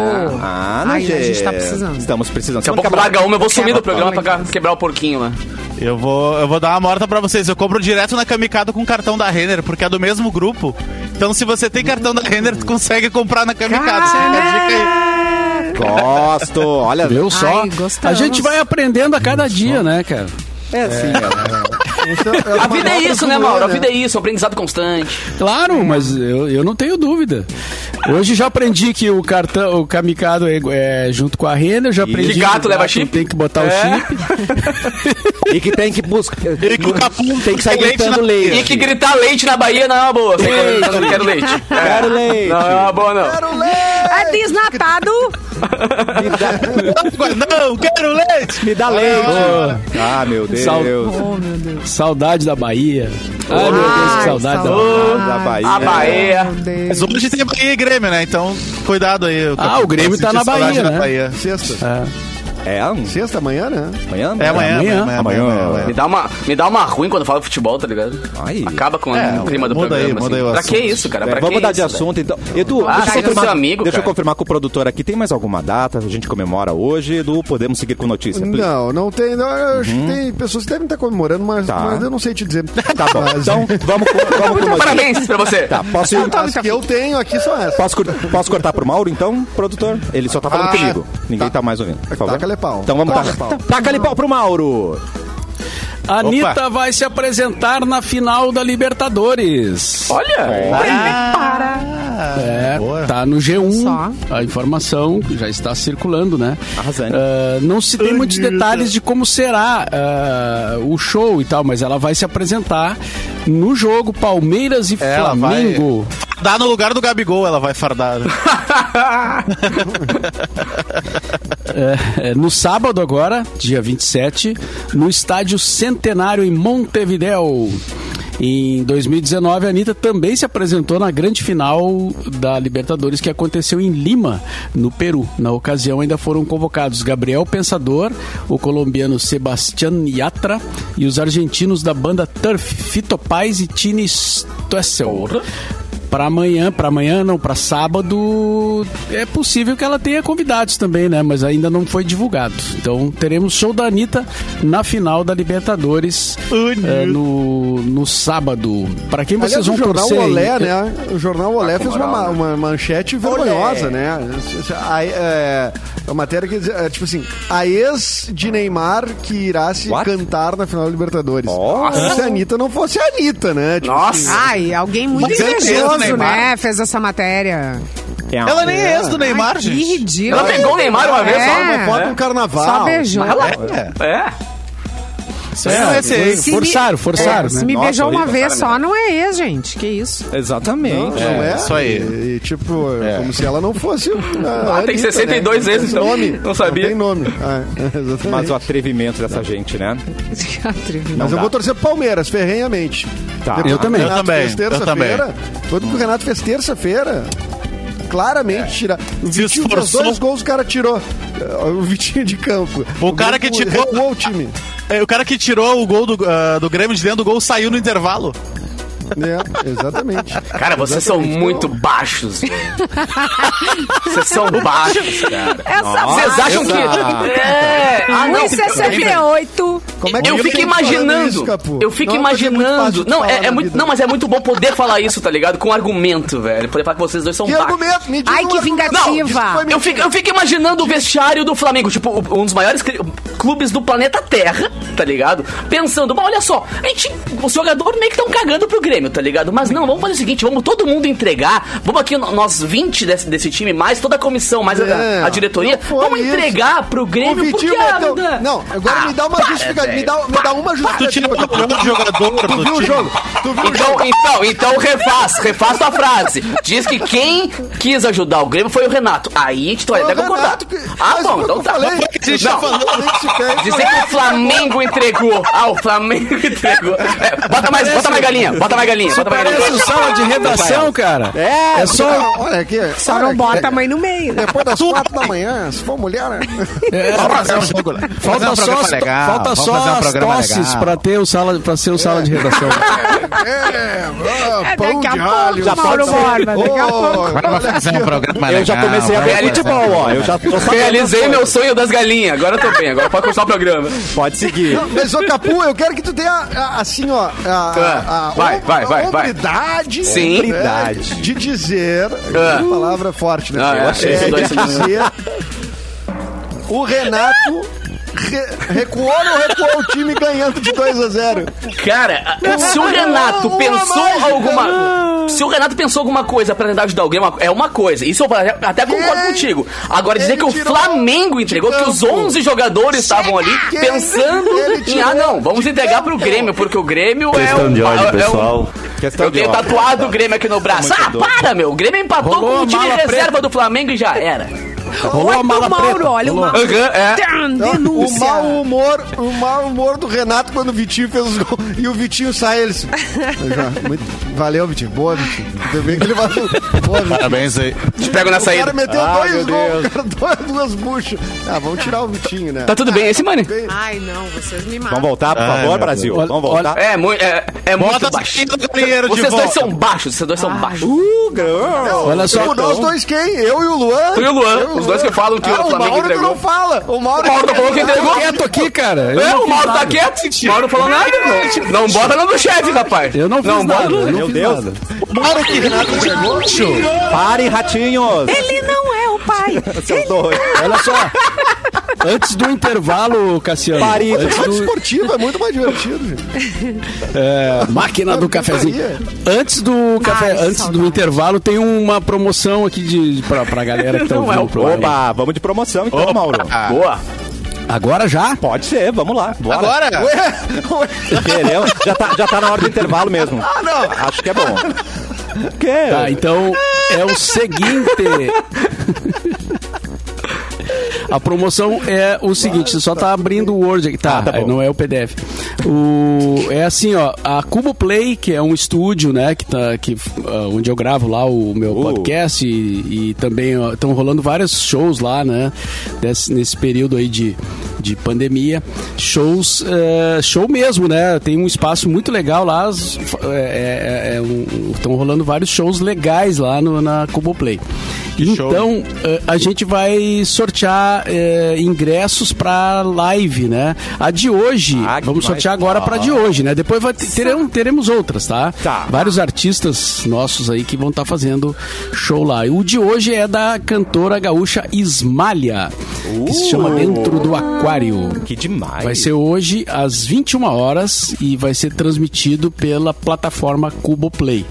Ah,
Ai, a gente tá
é.
precisando.
Estamos precisando.
Daqui a pouco larga um. uma, eu vou sumir do programa pra ca- quebrar o porquinho lá.
Eu vou, eu vou dar uma morta pra vocês. Eu compro direto na Kamikado com cartão da Renner, porque é do mesmo grupo. Então, se você tem cartão da Renner, tu consegue comprar na Kamikado. Você fica a dica aí.
Gosto, olha.
Viu só?
Ai,
a
gostamos.
gente vai aprendendo a cada dia, né, cara?
É assim, é.
Então,
A
uma
vida é
nota
isso,
do
né,
ano,
Mauro? A vida é isso, um aprendizado constante.
Claro, mas eu, eu não tenho dúvida. Hoje já aprendi que o cartão, o kamikado é, é junto com a renda, eu já aprendi
Que gato
o
leva chip? É.
Tem que botar o chip.
E que tem que
*laughs*
buscar.
E com o capuz,
Tem que sair
com leite
gritando
na-
leite.
E que gritar leite na Bahia não é uma boa. Sei que eu não quero leite.
Quero leite.
Não é uma boa, não.
É desnatado.
Não, quero leite!
Me dá leite. Ah, meu Deus.
Sal-
Oh,
Saudade da Bahia. Ai, meu Deus, que
Ai,
saudade da Bahia.
saudade.
Ah, Da Bahia.
A Bahia.
Oh, Meu Deus.
Mas hoje tem Bahia e Grêmio, né? Então, cuidado aí. Eu tô-
Ah, o Grêmio tá
senti
na
saudade
Bahia,
da
né?
Bahia.
Sexta.
É, um-
Sexta amanhã, né?
amanhã?
É amanhã,
Amanhã?
amanhã, amanhã,
Amanhã.
amanhã,
Me
amanhã.
dá, uma, me dá uma ruim quando fala de futebol, tá ligado?
Ai.
Acaba com
É,
o clima do
muda
programa.
aí, muda aí
assim.
o
pra que
assunto.
isso, cara?
É,
Pra
vamos
que
mudar de
isso, velho?
assunto, então. Edu, deixa, eu
Ah, chega do
confirmar,
seu amigo,
deixa eu
cara.
confirmar com o produtor aqui. Tem mais alguma data? A gente comemora hoje, Edu? Podemos seguir com notícia? please?
Não, não tem. Não, eu acho que tem pessoas que devem estar comemorando, mas,
Uhum. Tá.
mas eu não sei te dizer.
*laughs* Tá bom.
Mas-
Então, vamos, com- vamos com notícia.
Parabéns pra você.
Tá, posso, ir-
As que eu tenho aqui são essas.
posso, cur- posso cortar pro Mauro, então, produtor? Ele só tá falando
Ah,
comigo. Ninguém tá, mais ouvindo. Por favor.
Taca-lhe pau.
Então vamos
Taca-lhe
tacar. Taca-lhe pau pro Mauro.
Anitta vai se apresentar na final da Libertadores.
Olha!
É, tá no G1
Só.
a informação que já está circulando, né?
Arrasando.
Ah, não se tem muitos detalhes de como será ah, o show e tal, mas ela vai se apresentar no jogo Palmeiras e
Ela vai-
Flamengo.
Dá no lugar do Gabigol, ela vai
*laughs*
fardar.
É, no sábado agora, dia 27, no Estádio Centenário em Montevidéu. Em 2019, a Anitta também se apresentou na grande final da Libertadores que aconteceu em Lima, no Peru. Na ocasião, ainda foram convocados Gabriel Pensador, o colombiano Sebastián Yatra e os argentinos da banda Turf, Fito Paz e Tini Stoessel. Pra amanhã, pra amanhã não, pra sábado é possível que ela tenha convidados também, né? Mas ainda não foi divulgado. Então teremos show da Anitta na final da Libertadores eh, no, no sábado. Pra quem vocês
Aliás, o
vão
jornal
torcer?
Olé,
hein?
né? O jornal Olé fez uma, ma-
né?
uma manchete vergonhosa, né? A, é, a matéria que diz, é, tipo assim, a ex de Neymar que irá se
What? Oh.
cantar na final da Libertadores.
Nossa.
Se a Anitta não fosse a Anitta, né? Tipo
Nossa!
Ai, alguém muito
Mas é mesmo,
invejoso,
Neymar.
né? Fez essa matéria.
É uma-
Ela nem é ex do Neymar,
Ai, que
gente.
ridículo.
Ela pegou o Neymar uma vez só,
Uma foto
É.
no carnaval.
Só beijou.
É,
É?
isso aí não é ser ex.
Se me-
Eh, Forçaram, forçaram,
É,
né?
Se me
Nossa,
beijou uma
horrível,
vez só, não é ex, gente. Que isso? *laughs*
Não,
Exatamente.
não é,
isso aí.
E, e, tipo, como se ela não fosse.
É. *laughs* Ah, tem 62
né?
vezes,
Não tem
então.
nome.
Não sabia.
tem nome. Ah,
*laughs*
exatamente.
É, Mas o atrevimento dessa gente, né?
Que atrevido.
Mas eu
dá.
vou torcer pro Palmeiras, ferrenhamente.
Tá.
Depois
Eu
do
também.
Renato
Eu também,
fez
eu também.
terça-feira. Quando que o Renato fez terça-feira,
É.
claramente tirar. O
Se
Vitinho fez
esforçou.
dois gols, o cara tirou. eh, O Vitinho de campo.
O cara que
Recuou-
tirou-
Recuou o time.
É, o cara que tirou o gol do, ah, do Grêmio de dentro do gol saiu no intervalo.
né? Exatamente.
Cara, vocês são muito
*laughs*
baixos. velho. Vocês são baixos, cara.
Essa
Vocês acham que. É. Ah, não.
1,68.
Como é que
eu
tu
fico
tem falando
imaginando.
isso, Capu?
eu fico
Não é uma coisa muito fácil
imaginando.
de
não,
falar
é, é
na
muito,
vida.
não, mas é muito bom poder falar isso, tá ligado? Com argumento, velho. Poder falar que vocês dois são
Que
bac-
argumento? Me diz
Ai,
um
que
argumento.
vingativa.
Isso foi
Eu fico, eu fico imaginando o vestiário do Flamengo, tipo, o- um dos maiores cri- clubes do planeta Terra, tá ligado? Pensando, bom, olha só, a gente, os jogadores meio que estão cagando pro Grêmio, tá ligado? Mas não, vamos fazer o seguinte, vamos todo mundo entregar, vamos aqui, no- nós 20 desse, desse time, mais toda a comissão, mais a-
É,
a, diretoria,
não foi
vamos
isso.
entregar pro
O
Grêmio, porque...
Vitinho meteu...
a-
Não, agora
Ah,
me dá uma
para,
justificativa. Me dá, me dá uma
Tu tira
justificativa.
o
Capu.
problema do jogador
Tu
do
viu o
time.
jogo? Tu viu o
Então,
jogo?
então, então refaz, refaz tua frase. Diz que quem quis ajudar o Grêmio foi o Renato. Aí a gente vai
Foi
até
o
concordar.
Renato que-
Ah, bom,
mas foi o que
então
eu
tá.
falei.
Foi o que a gente tá
Não,
falando.
a gente quer-
Dizer que o Flamengo entregou. Ah, o Flamengo entregou. É, bota mais, bota mais galinha, bota mais galinha, bota mais
Parece um
galinha.
sala de redação, cara.
É,
É só-
não, Olha aqui.
Só
olha
não
aqui.
bota a mãe no meio. né?
Depois das quatro da manhã, se for mulher... né?
Eh,
um
Falta só, as, falta só as tosses pra, ter o sala, pra ser o sala de redação.
*laughs* É, ó,
É,
pão
daqui a
de
pouco,
alho.
Já Mauro pode ser. Borba, daqui a
Ô,
pouco.
Vamos fazer um programa legal.
Eu já comecei a ver futebol, ó. Eu já tô sabendo.
Realizei meu sonho das galinhas. Agora eu tô bem, agora pode continuar o programa.
Pode seguir.
Não, Mas, ô Capu, eu quero que tu tenha, a- assim, ó, a, a,
Ah, Vai,
a-
vai, vai, vai.
a hombridade,
Sim.
Hombridade.
de dizer,
Ah.
uma palavra forte, né?
Ah, é,
Capu?
é, isso daí,
de
isso daí.
dizer, o Renato re- recuou ou não recuou o time ganhando de 2 a 0?
Cara, se o Renato
Uma
pensou
mágica.
alguma. Se o Renato pensou alguma coisa pra tentar ajudar alguém, é uma coisa. Isso eu até- até concordo
Quem?
contigo. Agora, dizer
É, Ele
que o
tirou
Flamengo entregou,
de
que os
campo.
11 jogadores estavam ali
Quem?
pensando
Ele
em.
tirou
Ah, não, vamos
de
entregar pro
campo.
Grêmio, porque o Grêmio é
Questão
um-
de
é
ódio,
um-
pessoal.
Questão
Eu
Tá de
tenho
ordem.
tatuado o Grêmio aqui no braço. Ah, para, meu! O Grêmio empatou
Rolou
com o
a
time
mala
reserva do Flamengo e já era.
Rolou a
Olha
mala
o Mauro,
preta.
olha o
Rolou.
Mauro.
é.
Tchan,
Então, O
Denúncia.
mau humor, o mau humor do Renato quando o Vitinho fez os gols. E o Vitinho sai, eles. Já, muito- valeu, Vitinho. Boa, Vitinho. Tudo bem que ele valeu. Boa, Vitinho.
Parabéns aí.
Te pego na
O
saída.
cara meteu
Ah, meu
dois gols, cara, duas, duas buchas. Ah, vamos tirar o Vitinho, né?
Tá Ah, tudo bem, esse, mano?
Ai, não, vocês me matam.
Vamos voltar, por
Ai,
favor,
meu
Brasil.
Deus.
Vamos voltar.
É, muito, é, é muito
Bota
baixo.
o dinheiro de
Vocês dois
volta.
são baixos, vocês
Ah,
dois são baixos.
Uh, girl.
Olha só.
Tipo, nós dois quem? Eu e o Luan?
tá então. Tu e o Luan,
Eu e
os dois que falam que
Ah,
o Flamengo
Mauro tu
entregou.
não fala. O Mauro,
O Mauro falou que entregou.
quieto aqui, cara. Eu
É,
não
o
fiz
Mauro tá
nada.
quieto. O Mauro não falou nada, não. Não bota lá no chefe, rapaz.
Eu não fiz nada.
Bota...
eu não
Meu
fiz
Deus.
nada.
Bora que Renato entregou.
Parem, ratinhos.
Ele não é o pai.
Seus dois.
Olha só. Antes do intervalo, Cassiano.
Pare.
Antes
Esportivo,
do,
*laughs* esportivo é muito mais divertido, gente.
é, máquina do cafezinho. Antes do café,
Ai,
antes
saudade.
do intervalo, tem uma promoção aqui de, pra, pra galera que tá
Não é
ouvindo
o
o programa.
Opa, vamos de promoção então, Mauro.
Boa.
Agora já?
Pode ser, vamos lá. Bora.
Agora?
Entendeu? Já tá, já tá na hora do intervalo mesmo. Ah, não. Acho que é bom. Que?
Tá, então é o seguinte. A promoção é o seguinte, você só tá abrindo o Word aqui. Tá,
bom.
não é o PDF. O, é assim, ó, a Cubo Play, que é um estúdio, né, que tá, que, ah, onde eu gravo lá o meu podcast e, e também estão rolando vários shows lá, né, desse- nesse período aí de, de pandemia. Shows, eh, show mesmo, né, tem um espaço muito legal lá, as- é- é- é um- estão rolando vários shows legais lá no, na Cubo Play.
show.
Então, então, eh, a gente vai sortear eh, ingressos para live, né? A de hoje,
Ah, que
vamos
demais.
sortear agora para de hoje, né? Depois vai ter- teremos, teremos outras, tá?
Tá.
Vários artistas nossos aí que vão estar fazendo show lá. E o de hoje é da cantora gaúcha Ismalha, que se chama Dentro do Aquário.
Que demais.
Vai ser hoje às 21 horas e vai ser transmitido pela plataforma Cuboplay.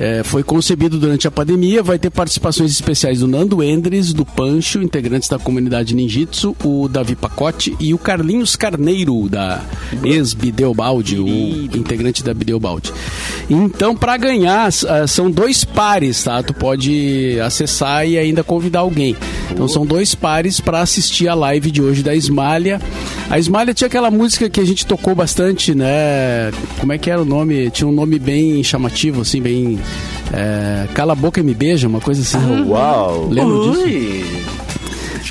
É, foi concebido durante a pandemia, vai ter participações especiais do Nando Endres, do Pancho, integrantes da comunidade Ninjitsu, o Davi Pacote e o Carlinhos Carneiro, da ex-Bideobaldi, o integrante da Bideobaldi. Então, para ganhar, s- ah, são dois pares, tá? Tu pode acessar e ainda convidar alguém. Então, são dois pares para assistir a live de hoje da Esmalha. A Esmalha tinha aquela música que a gente tocou bastante, né? Como é que era o nome? Tinha um nome bem chamativo, assim, bem. é, Cala a boca e me beija, uma coisa assim.
Ah, Uau.
Lembro disso?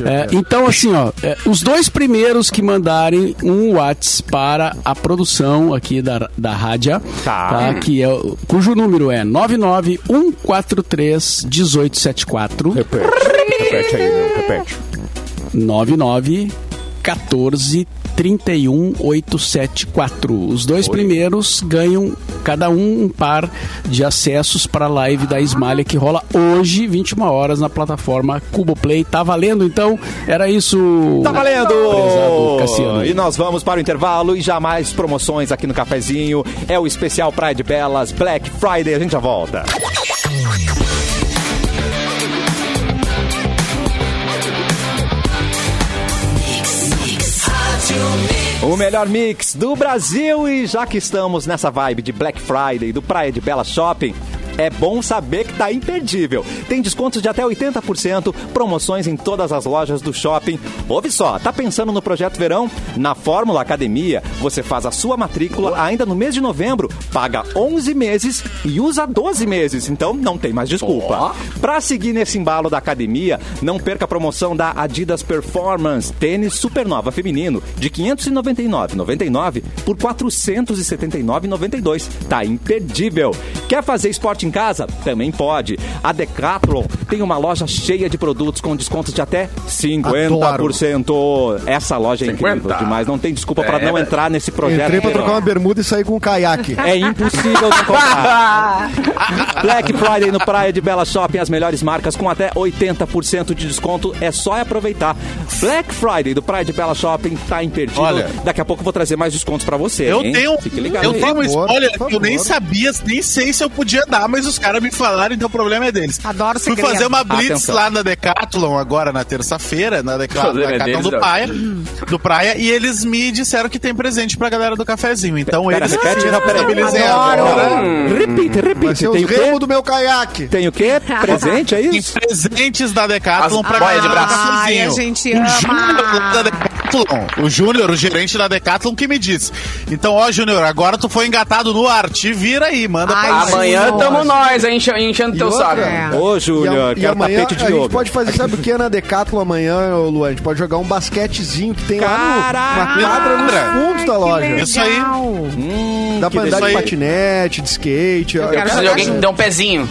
É, então, assim, ó, é, os dois primeiros que mandarem um Whats para a produção aqui da, da rádio,
Tá.
que é, o- cujo número é 991431874,
Repete. Repete aí, meu. Repete.
99 14 31874. Os dois primeiros ganham cada um um par de acessos para a live da Esmalha que rola hoje, 21 horas, na plataforma Cuboplay. Tá valendo, então? Era isso.
Tá
prezado
valendo!
Cassiano.
E nós vamos para o intervalo e jamais promoções aqui no cafezinho. É o especial Pride Belas, Black Friday, a gente já volta. O melhor mix do Brasil e já que estamos nessa vibe de Black Friday do Praia de Bela Shopping, é bom saber que tá imperdível. Tem descontos de até 80%, promoções em todas as lojas do shopping. Ouve só, tá pensando no projeto verão? Na Fórmula Academia, você faz a sua matrícula ainda no mês de novembro, paga 11 meses e usa 12 meses, então não tem mais desculpa. Para seguir nesse embalo da academia, não perca a promoção da Adidas Performance Tênis Supernova Feminino de 599,99 por 479,92. Tá imperdível. Quer fazer esporte em casa? Também pode. A Decathlon tem uma loja cheia de produtos com descontos de até 50%. Essa loja é incrível
50.
demais. Não tem desculpa para
É,
não
é.
entrar nesse projeto.
Entrei pra
aqui,
trocar
ó.
uma bermuda e saí com um caiaque.
É impossível não comprar.
*laughs*
Black Friday no Praia de Bela Shopping. As melhores marcas com até 80% de desconto. É só aproveitar. Black Friday do Praia de Bela Shopping tá imperdível.
Olha.
Daqui a pouco eu vou trazer mais descontos pra você.
Eu
hein?
tenho,
Fique ligado
eu
aí.
tenho um
Por favor,
spoiler
por
que eu nem
favor.
sabia, nem sei se eu podia dar, mas os caras me falaram, então o problema é deles.
Adoro
Fui
segredo.
fazer uma blitz
Atenção.
lá na Decathlon agora na terça-feira, na Decathlon,
problema é
Decathlon
deles,
do
não.
Praia, do Praia, e eles me disseram que tem presente pra galera do cafezinho. Então
Pera,
eles
repete,
se
não, pera aí.
responsabilizem
Adoro.
agora.
Repite,
Vai
repite.
ser
Tem
os
o quê?
remos do meu caiaque.
Tem o
*laughs*
quê? Presente, é
Tem
isso?
presentes da Decathlon
As
pra
boias de
galera do
braço.
Ai,
cafezinho.
a gente
O
ama.
Júnior da Decathlon, o Júnior, o gerente da Decathlon, que me disse. Então, ó, Júnior, agora tu foi engatado no ar, te vira aí, manda
Ai,
pra
Júnior.
Amanhã tamo nós, hein, enche- enchendo teu saco.
É.
Ô,
E a-
Júnior,
e
quero
amanhã
tapete de
a
yoga.
gente pode fazer, sabe o que é na Decathlon amanhã, ô, Luan? A gente pode jogar um basquetezinho que tem lá
Caraca!
no, na quadra nos fundos da loja.
Isso
é
aí.
Dá pra
que
andar de
delícia.
patinete, de skate.
quero
Precisa de alguém que dê um pezinho.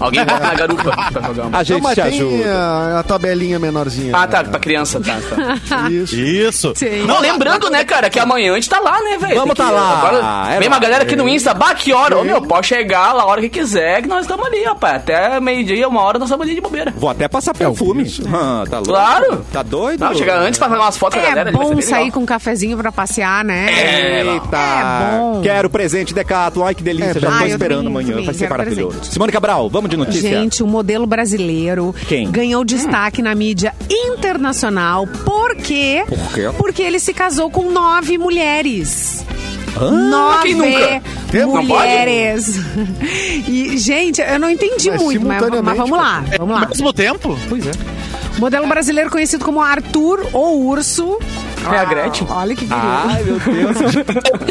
Alguém bota na garupa pra jogar uma.
A
Não,
gente
mas
te
tem
é.
ajuda.
a, a tabelinha menorzinha. né?
Ah, tá, pra criança, tá, tá.
*laughs*
Isso.
Isso.
Sim.
Não, lembrando, né, cara, que amanhã a gente tá lá, né, velho?
Vamos
Tem
tá
que-
lá.
Agora,
É
mesma
nóis.
galera aqui no Insta, bah, que hora? Ô, meu, pode chegar lá a hora que quiser, que nós estamos ali, rapaz. Até meio-dia, uma hora, nós estamos ali de bobeira.
Vou até passar perfume. Ah, tá louco?
É Claro.
Tá doido?
Não, chegar antes pra pegar umas fotos com a galera.
É
ali, vai ser
bom
bem
sair
legal.
com um cafezinho pra passear, né?
Eita!
É bom.
Quero presente Decathlon. Ai, que delícia.
É
Já
bom.
tô
Ah, eu
esperando
também,
amanhã.
também,
Vai ser
quero
maravilhoso.
presente.
Simone Cabral, vamos de notícia?
Gente, o modelo brasileiro
Quem?
ganhou destaque na mídia internacional porque
Por quê?
porque ele se casou com nove mulheres.
Quem
Nove
nunca? Não pode?
mulheres. *laughs* E, gente, eu não entendi
Mas
muito, mas, mas
simultaneamente,
vamos lá. Vamos lá.
Ao mesmo tempo?
Modelo brasileiro conhecido como Arthur ou Urso.
É a Gretchen?
Ah, olha que viril.
Ai, meu Deus.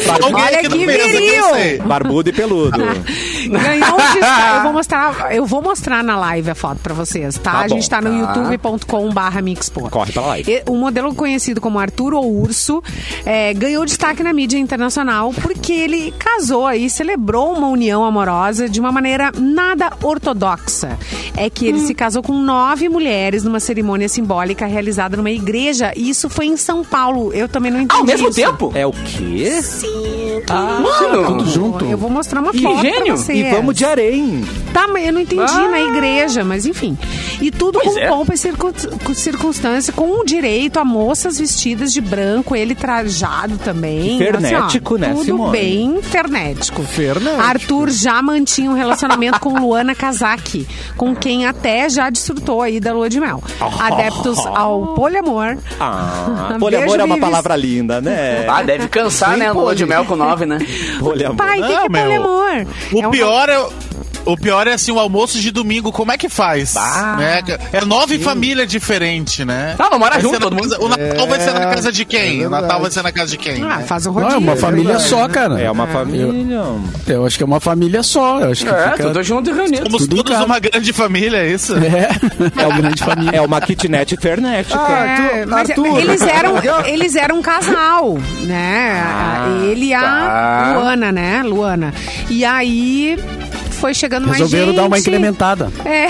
Alguém
Olha
aqui no
que
mesa, que eu
viril!
sei.
Barbudo e peludo.
*laughs* Ganhou um destaque. Eu vou mostrar, eu vou mostrar na live a foto pra vocês, tá?
Tá
a gente
bom,
tá no
tá.
youtube.com/barra mixpo.
Corre pra live.
E- Um modelo conhecido como Arthur ou Urso é, ganhou destaque na mídia internacional porque ele casou aí, celebrou uma união amorosa de uma maneira nada ortodoxa. É que ele se casou com nove mulheres numa cerimônia simbólica realizada numa igreja. E isso foi em São Paulo. Eu também não entendi.
Ah, Ao mesmo
isso.
tempo?
É o quê?
Sim.
Mano!
junto.
Eu vou mostrar uma
Que
foto pra
gênio.
vocês.
E vamos de harém.
Tá, mas eu não entendi na
Ah.
igreja, mas enfim. E tudo
Pois
com
é.
pompa e circun- com circunstância, com o direito a moças vestidas de branco, ele trajado também. Assim,
Que fernético, né,
Tudo
Simone?
bem fernético.
Fernético.
Arthur já mantinha um relacionamento com Luana Kazaki, com quem até já desfrutou aí da lua
*laughs*
de mel. Adeptos ao poliamor.
Ah,
*laughs* Beijo,
poliamor é uma
Vives.
palavra linda,
*laughs*
né?
Ah, deve cansar, né? Lua de mel com nove, né?
Poliamor.
Pai, o que, que é
Não, meu.
poliamor?
O
É uma-
pior é... o- O pior é assim, o almoço de domingo, como é que faz? Né? É nove famílias diferentes, né?
Ah, vamos morar
Vai ser
junto,
na
todo
casa-
mundo.
O Natal vai ser na
É,
casa de quem?
é
o Natal
verdade.
vai ser na casa de quem?
Ah,
né?
faz um
Não,
rodinho.
é uma família
verdade,
só,
né?
cara.
É uma família.
Eu acho que é uma família só. Eu acho que
É,
fica... *laughs*
tudo junto e reunido.
Somos
Tudo em
todos
casa.
uma grande família, é isso?
É, é uma grande família.
É uma kitnet fernética.
Ah,
É, mas Eles eram, eles eram um casal, Ah, né? Ele e a Luana, né? Luana. E aí foi chegando mais gente.
Resolveram dar uma incrementada.
É,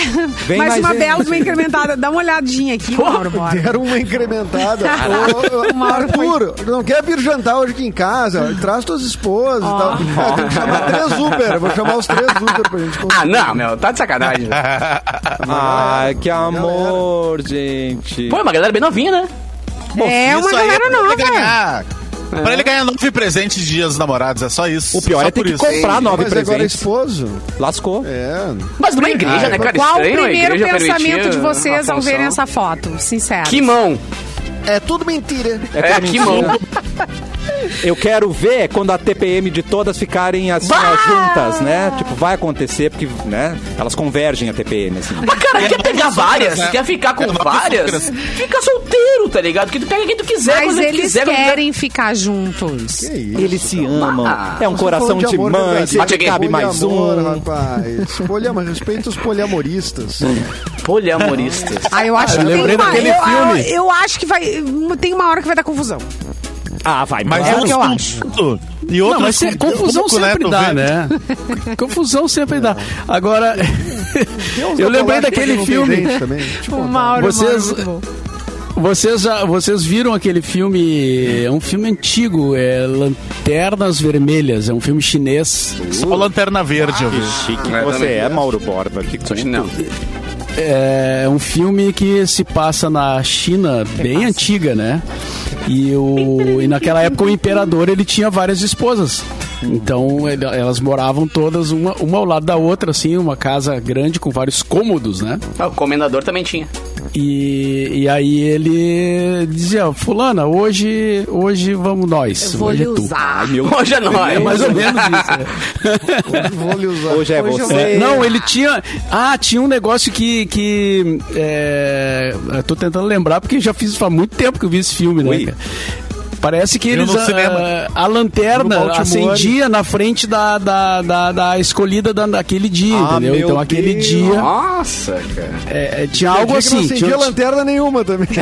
Vem
mais,
mais
uma
gente.
bela, uma incrementada. Dá uma olhadinha aqui, Mauro, bora.
Deram
*laughs*
uma incrementada. Ô, ô,
Mauro foi-
Arthur, não quer vir jantar hoje aqui em casa? Traz tuas esposas e tal. Ah, *laughs* tem que chamar três Uber. Eu Vou chamar os três Uber pra gente
Ah, não, meu, tá de *laughs* sacanagem.
Ai, que amor, gente.
Pô, é uma galera bem novinha, né?
é uma
Isso aí
galera
pra
nova.
Ele ganhar, Pra ele ganhar nove presentes de dias dos namorados, é só isso.
O pior
Só
é ter
por
que
isso.
comprar nove
Mas agora é
presentes.
esposo?
Lascou.
É.
Mas numa igreja, né, cara?
Qual
Estranho,
o
a
primeiro
igreja
pensamento
permitir
de vocês
a
ao verem
função.
essa foto? Sincero.
Que mão!
É tudo mentira.
É, que
mentira.
mão!
Eu quero ver quando a TPM de todas ficarem assim, ó, juntas, né? Tipo, vai acontecer, porque, né? Elas convergem a TPM, assim.
Mas, cara, quer pegar várias,
né?
quer ficar com
É nove
várias, fica solteiro, tá ligado? Porque tu pega quem tu quiser,
Mas
é quando tu
eles
quiser. quando tu
querem ficar juntos.
Que isso?
Eles se amam.
Ah,
É um coração de
amor
mãe,
verdadeiro.
sempre
Bate aqui.
cabe mais
Poliamor,
um.
Rapaz. Poliamor, respeita os poliamoristas.
*laughs*
quiser. Poliamoristas.
Ah, eu acho
eu
que tem
lembrei
uma...
daquele
Eu,
filme.
eu acho que vai... Tem uma hora que vai dar confusão.
Ah, vai,
Mas
mas
uns
eu
com
acho.
tudo. E outros
Não, mas se-
com
confusão
pouco,
sempre
Tu
dá,
vê?
né? confusão sempre dá. Agora, *laughs* eu lembrei daquele filme.
*laughs*
Tipo,
O Mauro,
Vocês-
Mauro, muito bom.
Vocês, já, vocês viram aquele filme? É um filme antigo, é Lanternas Vermelhas. É um filme chinês.
Só Lanterna Verde, eu vi.
chique que você é, Mauro Borba. Que coisa.
*laughs* Não.
É um filme que se passa na China, bem antiga, né? E, o, e naquela época o imperador ele tinha várias esposas. Então ele- elas moravam todas uma, uma ao lado da outra, assim, uma casa grande com vários cômodos, né?
Ah, o comendador também tinha.
E, e aí ele dizia, fulana, hoje, hoje vamos nós.
Vou lhe
hoje é tu.
usar.
Hoje é nós.
É mais ou
*laughs*
menos isso. né?
Vou lhe usar.
Hoje é você.
É. Não, ele tinha. Ah, tinha um negócio que. que é, eu tô tentando lembrar, porque já fiz faz muito tempo que eu vi esse filme, né?
Ui.
cara? Parece que
Viu
eles.
no
ah,
cinema.
A, lanterna
No Baltimore.
acendia na frente da, da, da, da escolhida da, daquele dia,
Ah,
entendeu?
meu
Então aquele
Deus.
dia
Nossa, cara.
é, é, tinha
Tinha
algo
dia que
assim.
Não
tinha-
acendia lanterna
*laughs*
nenhuma também. *laughs*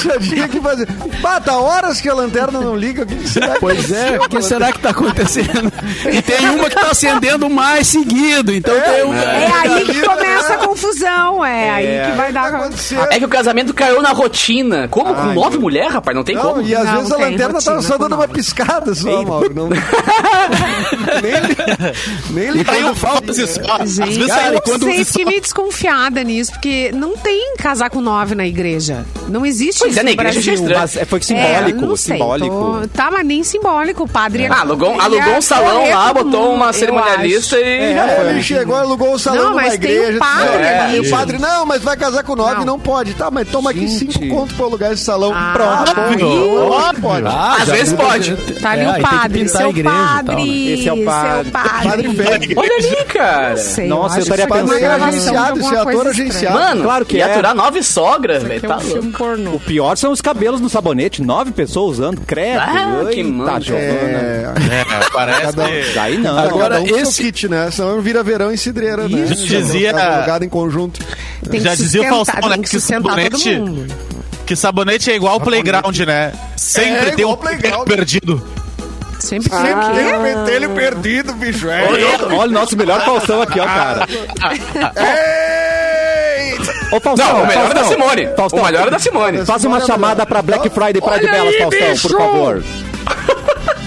Tinha dia que fazia. Bata horas que a lanterna não liga. O que que será que
Pois é,
aconteceu
o
com a
que será que tá acontecendo? E tem uma que tá acendendo mais seguido, então tem um.
É aí que começa a confusão. É, aí que vai dar...
lanterna? O que
Ah,
aconteceu?
É que o casamento caiu na rotina. Como? Com nove mulheres, rapaz? Não tem
Não,
como.
e às
Não,
vezes a
tem
lanterna tá
rotina
só
com
dando
nome.
uma piscada só,
*laughs*
Mauro. Não... nem li- nem
Tem um
ligando.
falta de espaço. Às
Gente,
vezes sai
eu
quando
sei,
um
fiquei meio desconfiada nisso, porque não tem casar com nove na igreja. Não existe
Pois
isso
é, na
no
igreja
Brasil.
achei estranho.
Mas é, foi
É,
simbólico,
não sei,
simbólico.
tô- Tá, mas nem simbólico. O padre é
Ah, alugou,
ele
alugou um
ia
salão
correr
lá,
todo
botou
mundo,
uma
eu
cerimonialista
acho.
e. já
É, ele chegou, alugou o salão
Não,
numa
mas tem
igreja.
um padre
disse, "Não,
ali.
e o padre, não, mas vai casar com nove,
Não.
não, pode. Tá, mas toma aqui cinco conto pra alugar esse salão.
Ah,
Pronto,
óbvio,
bom, não pode.
Ah,
Às
já
vezes
muda-
pode.
Tá ali
É,
o
aí tem que
padre,
pintar a
seu
igreja e tal, né?
padre.
Esse é o padre.
Seu padre.
Padre velho.
Olha ali, cara.
Sei,
Nossa, eu
acho
estaria
que foi uma
pensando-
gravação de
Agenciado, esse
alguma
ator
coisa
agenciado.
estranha.
Mano,
Claro que
ia
é.
aturar nove sogras, velho.
É
Tá
um
louco.
filme pornô.
O pior são os cabelos no sabonete. Nove pessoas usando credo.
Ah,
Ai,
que manda.
Tá jogando.
É,
É, parece.
Cada um.
que-
Daí não.
Agora,
Cada um com seu
esse-
kit, né? Senão vira verão em cidreira, né?
Isso. Dizia-
Tá Alugado em conjunto.
Tem
Já
que
dizia o
sustentar,
Faustão, né,
Tem que
que
sustentar todo
sabonete-
mundo.
Que sabonete é igual playground, né? Sempre
É
tem
um igual
um
playground.
perdido.
Sempre tem
Sempre
que-
tem um pentelho perdido, bicho. É.
Olha, olha o nosso melhor Faustão aqui, ó, cara. Ô, Faustão,
Não, o melhor é da
Faustão.
Simone.
Faustão,
O melhor é da Simone.
Faça uma
Bora,
chamada
Bruno.
pra Black Friday Pride
Olha
Belas,
aí,
Faustão,
bicho!
por
*laughs*
favor.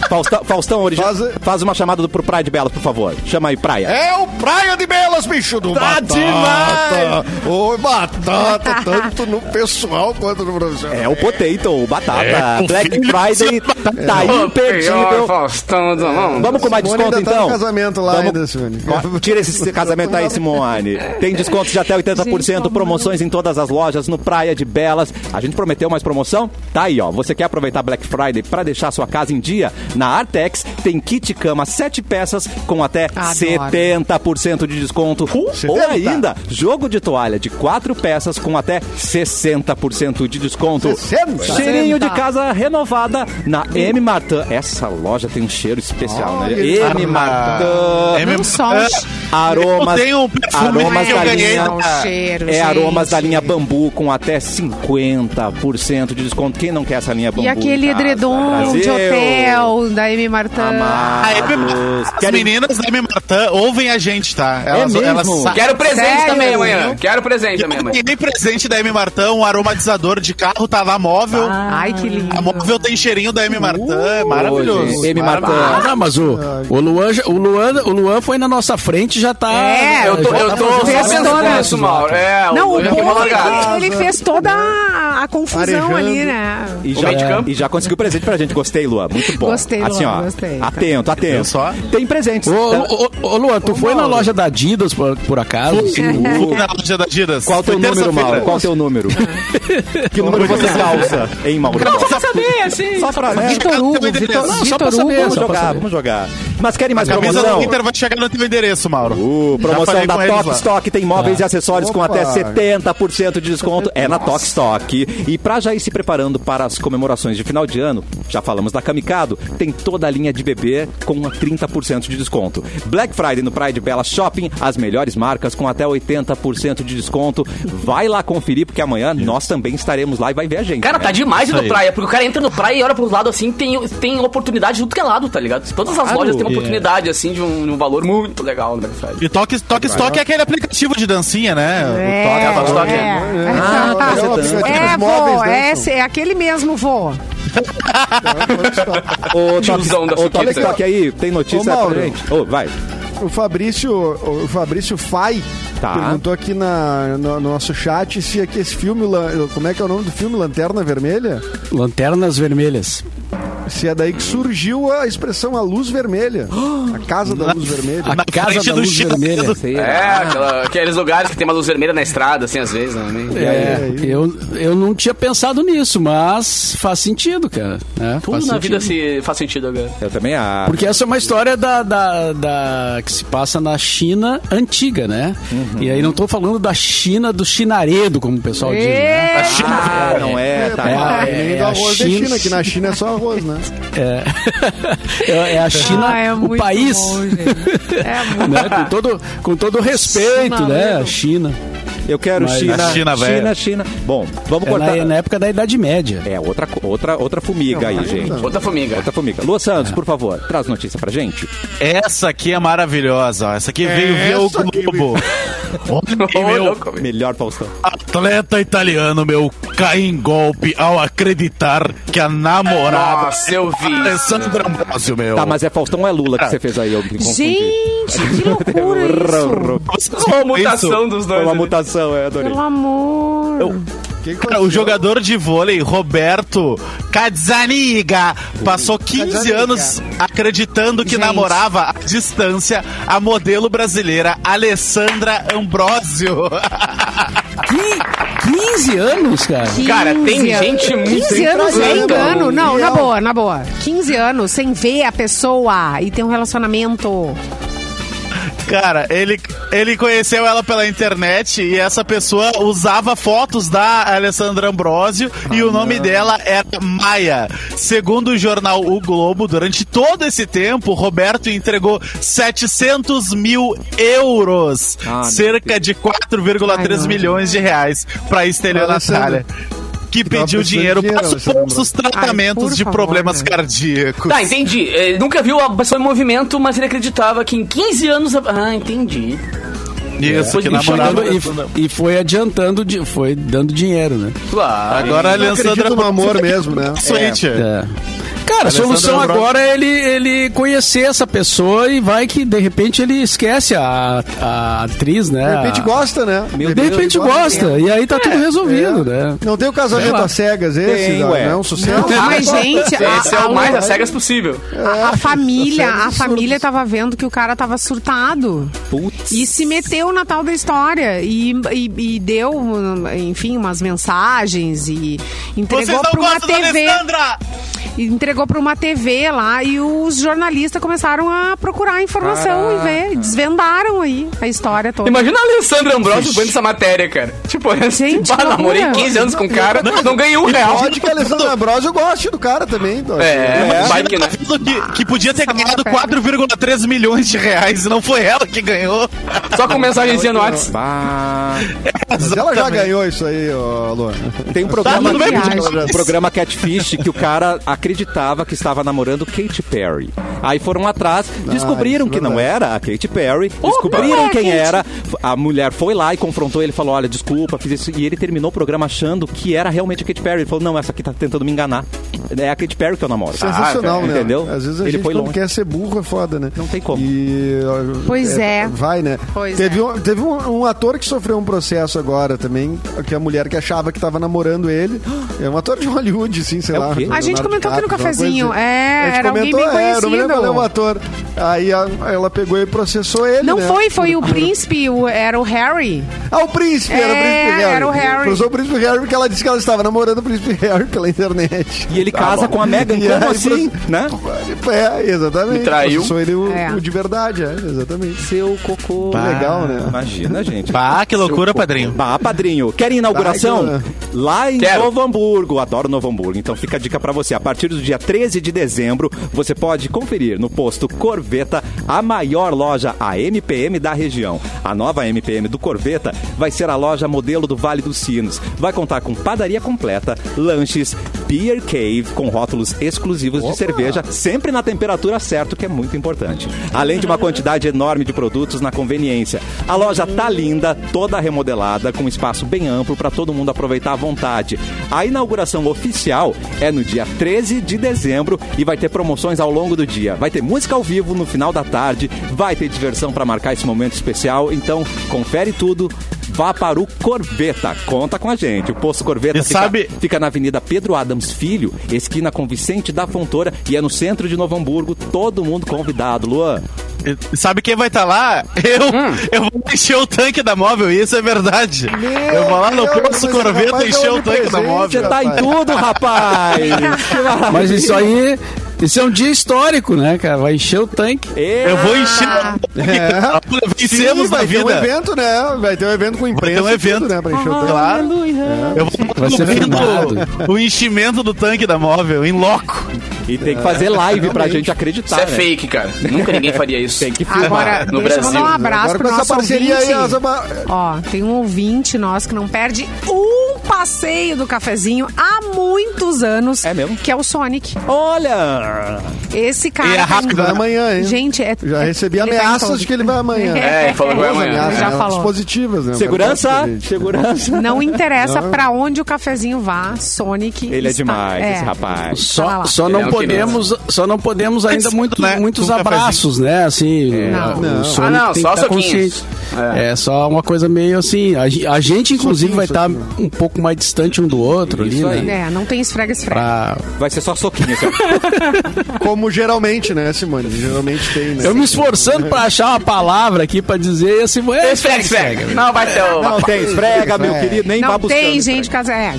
Faustão, Faustão origi-
Faz-
faz uma chamada do, pro Pride Belas, por favor. Chama aí, Praia.
É o Praia de Belas, bicho do
Tá
Batata.
demais.
Ô, Batata, tá, tanto no pessoal quanto no profissional.
É o Potato, o Batata.
É, o
Black
filho
Friday tá
O pior
imperdível.
Faustão do mundo.
Vamos com mais
Simone
desconto,
ainda tá
então?
no casamento lá
Vamos-
ainda, Simone.
Ó, Tira
*laughs*
esse casamento aí, Simone. Tem descontos de até 80%,
Gente, como
promoções em todas as lojas no Praia de Belas. A gente prometeu mais promoção? Tá aí, ó. Você quer aproveitar Black Friday para deixar sua casa em dia? Na Artex tem kit cama 7 peças com até
Adoro.
70% de desconto.
Uh,
Ou
70?
ainda, jogo de toalha de 4 peças com até 60% de desconto.
60?
Cheirinho de casa renovada na M Martin. Essa loja tem um cheiro especial, né? M Martin.
É
Não
mesmo-
só um che-
Aromas.
Eu tenho um perfume
aromas
que eu
da
ganhei
linha,
Não, um cheiro,
É
gente.
aromas da linha bambu com até 50% de desconto. Quem não quer essa linha bambu?
E aquele
em casa?
edredom de
Brasil.
hotel, da Amy Martin.
A Hebe-
Amados.
Ah, é as
Ah, Querem- É
meninas da Amy Martin ouvem a gente, tá? Elas,
mesmo?
sa-
Quero presente
Sério?
também amanhã. Quero presente
Eu
também amanhã.
ganhei presente da Amy Martin, um aromatizador de carro, tá lá móvel.
Ah,
Ai, que lindo.
A móvel tem cheirinho da Amy Martin, é maravilhoso.
gente, Amy Martin.
Maravilhoso.
Ah, não, mas o, o, Luan, já- o, Luan, o Luan foi na nossa frente e já tá.
É,
Eu tô,
já
eu
tá
tô
fazendo né?
fazendo
pensando
todas.
nisso, Mauro. É,
Não, o
eu já dei uma
bom é
largada.
que ele fez toda a, a confusão
Arejando.
ali, né?
E
O
já,
meio de campo.
e já conseguiu presente pra gente. Gostei, Luan. Muito bom.
Gostei, Luan,
Assim, ó.
gostei.
Atento, atento.
só?
Tem presentes.
Ô,
Tá-
ô, ô, ô, Luan, tu foi na loja da Adidas, por, por acaso? Sim.
Fui na loja da Adidas.
Qual o teu
Foi
número,
terça-feira.
Mauro? Qual o teu número? que número você calça, hein, Mauro?
saber, assim.
Só pra, né?
Vitor
Não,
Hugo,
não,
Vitor,
não, só
Vitor
pra saber,
Vamos
Hugo.
só- pra
jogar,
saber.
vamos jogar. Mas querem mais
A camisa do
promoção?
Inter vai chegar no teu endereço, Mauro.
Uh, promoção
falei
da
com eles
Tox
lá. Ah.
Stock tem móveis e acessórios com
Opa.
até 70% de desconto. É na Tox Stock. E pra já ir se preparando para as comemorações de final de ano, já falamos da Kamikado, tem toda a linha de bebê com 30% de desconto. Black Friday no Pride Bela Shopping, as melhores marcas com até 80% de desconto. Vai lá conferir, porque amanhã nós também estaremos lá e vai ver a gente.
Cara,
né?
tá demais ir
Isso
no
aí.
praia, porque o cara entra no praia e olha pros lados assim, tem, tem oportunidade de tudo que é lado, tá ligado? Todas as lojas têm uma oportunidade, assim, de um, de um valor muito legal né, no Black Friday.
E Toque, Toque Stock é aquele aplicativo de dancinha, né?
É,
O Toque,
*laughs*
Toque.
é.
Ah, tá, você dança.
É, vô, é, esse- é aquele mesmo, vô.
Ô, Tox,
Tiozão da
ô, Tox
Suquita.
Stock aí, tem
Ô,
notícia
Mauro.
pra gente? Ô, vai.
O Fabrício, o Fabrício Fai
Tá.
perguntou aqui na, no, no nosso chat se aqui esse filme, Lan- como é que é o nome do filme? Lanterna Vermelha?
Lanternas vermelhas.
Se é daí que surgiu a expressão a luz vermelha. A casa da luz vermelha.
Na casa
frente
da
do
luz
chinelo.
vermelha.
É, aquela- aqueles lugares que tem uma luz vermelha na estrada, assim, às vezes, né?
É, eu, eu não tinha pensado nisso, mas faz sentido, cara. né?
Tudo
Faz
na
sentido.
vida assim. se faz sentido agora.
Eu também acho.
Porque essa é uma história da, da, da- que se passa na China antiga, né? E aí não tô falando da China do chinaredo, como o pessoal diz. Né?
É.
Ah, não é, tá.
É,
É, nem do
a
arroz da
China-
China, que na China é só arroz, né?
É, *laughs* é a China,
Ah, é
o
muito
país.
bom, gente. É muito
né? com, todo, com todo o respeito,
China,
né? A
mesmo.
China.
Eu quero
Mas-
China,
A China,
China, China,
velho.
Bom, vamos
É
cortar.
na, é na época da Idade Média.
É outra, co- outra, outra fumiga aí, gente.
Outra
*laughs*
formiga.
Outra fumiga. Lua Santos, por favor, traz notícia pra gente.
Essa aqui é maravilhosa. ó. Essa aqui veio ver o
Essa aqui,
Globo.
Ô,
Olha, meu
louco,
*laughs*
velho.
Melhor Faustão.
atleta italiano, meu, cai em golpe ao acreditar que a namorada
Nossa, eu vi.
Alessandra Ambrosio, meu.
Tá, mas é Faustão ou é Lula que você fez aí? Eu me confundi.
Gente, que loucura isso.
Vocês
Uma
viram
mutação
isso?
dos
Foi
dois.
né?
é.
uma
ali.
mutação, eu adorei.
Pelo amor.
Que que
Cara, o jogador de vôlei Roberto Cazzaniga passou 15
Cazzaniga.
anos acreditando que
Gente.
namorava à distância a modelo brasileira Alessandra Ambrosio. *laughs*
Que 15 anos, cara.
Cara, tem
15 anos.
gente muito
15 anos é
entrosada.
engano. Não, na
Real.
boa, na boa. 15 anos sem ver a pessoa e ter um relacionamento.
Cara, ele, ele conheceu ela pela internet e essa pessoa usava fotos da Alessandra Ambrosio e o nome dela era Maia. Segundo o jornal O Globo, durante todo esse tempo, Roberto entregou 700 mil euros,
Ah,
cerca de
Ai,
4,3
não.
milhões de reais, para estelionatária.
Alessandra.
Que
tava
pediu
precisando de
dinheiro
dinheiro,
para
Alessandra
supostos
Ai,
tratamentos
por
de
favor,
problemas
né?
cardíacos.
Tá, entendi. Ele nunca viu a pessoa em movimento, mas ele acreditava que em 15 anos. a- Ah, entendi.
Isso,
Depois
que
me
E foi
namorava.
dando- E, e foi adiantando, di- foi dando dinheiro, né?
Claro.
Agora a
Eu acredito
Alessandra
no amor mesmo, né?
Isso aí, tia.
É. Cara, a solução
Ambrosio.
agora é ele, ele conhecer essa pessoa e vai que de repente ele esquece a, a atriz, né?
De repente gosta, né?
Meu
De repente gosta. E aí tá tudo resolvido, né?
Não tem o casamento às cegas esse?
Tem,
não
ué.
é um sucesso?
Mas, gente, a,
Ah, Esse é
a-
o mais às cegas possível.
a família,
Absurdo.
a família tava vendo que o cara tava surtado.
Putz.
E se meteu na tal da história. E, e- e deu, enfim, umas mensagens e entregou pra uma TV.
Alessandra!
E entregou para uma TV lá e os jornalistas começaram a procurar a informação e ver, desvendaram aí a história toda.
Imagina a Alessandra Ambrosio vendo essa matéria, cara. Tipo, *laughs*
Gente,
bah,
que
namorei
loucura.
15 anos com o cara, não ganhei um real.
Pode que a Alessandra Ambrosio goste do cara também. Dó.
É, vai que,
Imagina
né?
aquilo que, que podia ter
Essa
ganhado
moda pega.
4,3 milhões de reais e não foi ela que ganhou.
Só com mensagenzinha no WhatsApp.
Bah.
Mas ela já ganhou isso aí, ó, Luan. Tá
Tem um programa,
tudo bem,
um programa Catfish que o cara a- acreditava que estava namorando Katy Perry. Aí foram atrás, descobriram
isso é
que não
verdade.
era a Katy Perry,
não
descobriram
é a
quem
Katy.
era. A mulher foi lá e confrontou ele, falou: Olha, desculpa, fiz isso. E ele terminou o programa achando que era realmente a Katy Perry. Ele falou: Não, essa aqui tá tentando me enganar. É a Katy Perry que eu namoro.
Sensacional,
Ah,
né?
Entendeu?
Às vezes a
ele
gente
foi
não
longe.
quer ser burro, é foda, né?
Não tem como.
E, ó,
Pois é.
Vai, né?
Pois
teve
é.
um, teve um, um ator que sofreu um processo agora também, que a mulher que achava que tava namorando ele. É um ator de Hollywood, sim, sei
É o
lá.
quê?
Leonardo
A gente comentou aqui no
DiCaprio,
cafezinho.
alguma coisa assim.
É,
A gente
era alguém
comentou,
bem
é, eu não me lembro
conhecido.
qual é o ator. Aí a- ela pegou e processou ele.
Não
né?
foi, foi o príncipe, o- era o Harry.
Ah, o príncipe, era o
É,
príncipe Harry.
era o Harry.
Cruzou o príncipe Harry porque ela disse que ela estava namorando o príncipe Harry pela internet.
E ele casa com a Megan,
Tá *laughs* E
como
aí,
assim? Né?
É, exatamente.
Me traiu.
Sou ele o,
É.
o de verdade, é, exatamente.
Seu cocô.
Legal, né?
Imagina, gente.
Bah, que loucura, padrinho.
Bah, padrinho. Querem inauguração?
Vai,
Lá em
Quero.
Novo Hamburgo. Adoro Novo Hamburgo. Então fica a dica pra você. A partir do dia 13 de dezembro, você pode conferir no posto Corveta a maior loja AMPM da região. A nova MPM do Corveta vai ser a loja modelo do Vale dos Sinos. Vai contar com padaria completa, lanches, beer cave com rótulos exclusivos de cerveja, sempre na temperatura certa, o que é muito importante. Além de uma quantidade enorme de produtos na conveniência. A loja tá linda, toda remodelada, com espaço bem amplo para todo mundo aproveitar à vontade. A inauguração oficial é no dia 13 de dezembro e vai ter promoções ao longo do dia. Vai ter música ao vivo no final da tarde, vai ter diversão para marcar esse momento especial. Então, confere tudo. Vá para o Corveta. Conta com a gente. O Posto Corveta
E
fica,
sabe-
fica na Avenida Pedro Adams Filho, esquina com Vicente da Fontoura e é no centro de Novo Hamburgo. Todo mundo convidado, Luan.
E Sabe quem vai estar lá? Eu, eu vou encher o tanque da móvel, isso é verdade. eu vou lá no
Deus,
posto
mas esse
Corveta
rapaz
encher
é
o tanque da
onipresente,
Você
móvel.
tá em
rapaz.
tudo, rapaz! Que maravilha.
Mas isso aí, isso é um dia histórico, né, cara? Vai encher o tanque.
Ei,
Eu vou encher o tanque. Vencemos
Ah. É. Sim,
na
vai ter um
vida.
evento, né? Vai ter um evento com
ter
imprensa.
um
e tudo,
evento.
né? Pra encher o tanque.
Claro. Eu vou
Vai ser filmado.
o enchimento do tanque da móvel em loco.
E tem que fazer live pra
Realmente.
gente acreditar.
Isso é
né?
fake, cara. Nunca ninguém faria isso.
Tem que filmar.
Agora,
No
deixa eu mandar
Brasil.
um abraço
Agora
pro
com essa
nosso
parceria aí,
ouvinte.
essa ba-
Ó, tem um ouvinte nosso que não perde um passeio do cafezinho há muitos anos.
É mesmo?
Que é o Sonic.
Olha!
Esse cara.
E é
tá
rápido,
em-
Vai amanhã, hein?
Gente, é.
Já
é-
recebi
ele tá em
ameaças
todo.
de que ele vai amanhã.
É, ele falou que vai
Boas
amanhã.
ameaças,
Já
né?
falou.
Positivas, né?
Segurança!
Fantástico, gente.
Segurança!
Não interessa pra onde o cafezinho vá, Sonic.
Ele é
está-
demais,
é.
esse rapaz.
Vai lá.
Só, só
Ele é
não
um
podemos, só não podemos ainda
Mas,
muito,
né,
muitos
um cafezinho.
abraços, né? Assim,
Não.
o-
Não.
o Sonic
Ah, não,
tem
só
que tá
soquinhos.
consciente. É. só uma coisa meio assim. A, ge- a gente, inclusive,
Soquinho,
vai estar
soquinho.
um pouco mais distante um do outro
Isso
ali,
aí.
né?
É, não tem esfrega esfrega.
Pra-
Vai ser só soquinho. assim, ó.
Como geralmente, né, Simone? Geralmente tem, né?
Eu me esforçando pra achar uma palavra aqui pra dizer assim, é,
Esfrega, esfrega. Não, vai ter o...
Não tem esfrega, meu
É.
querido, nem vá
Não
buscando.
tem gente casa. É.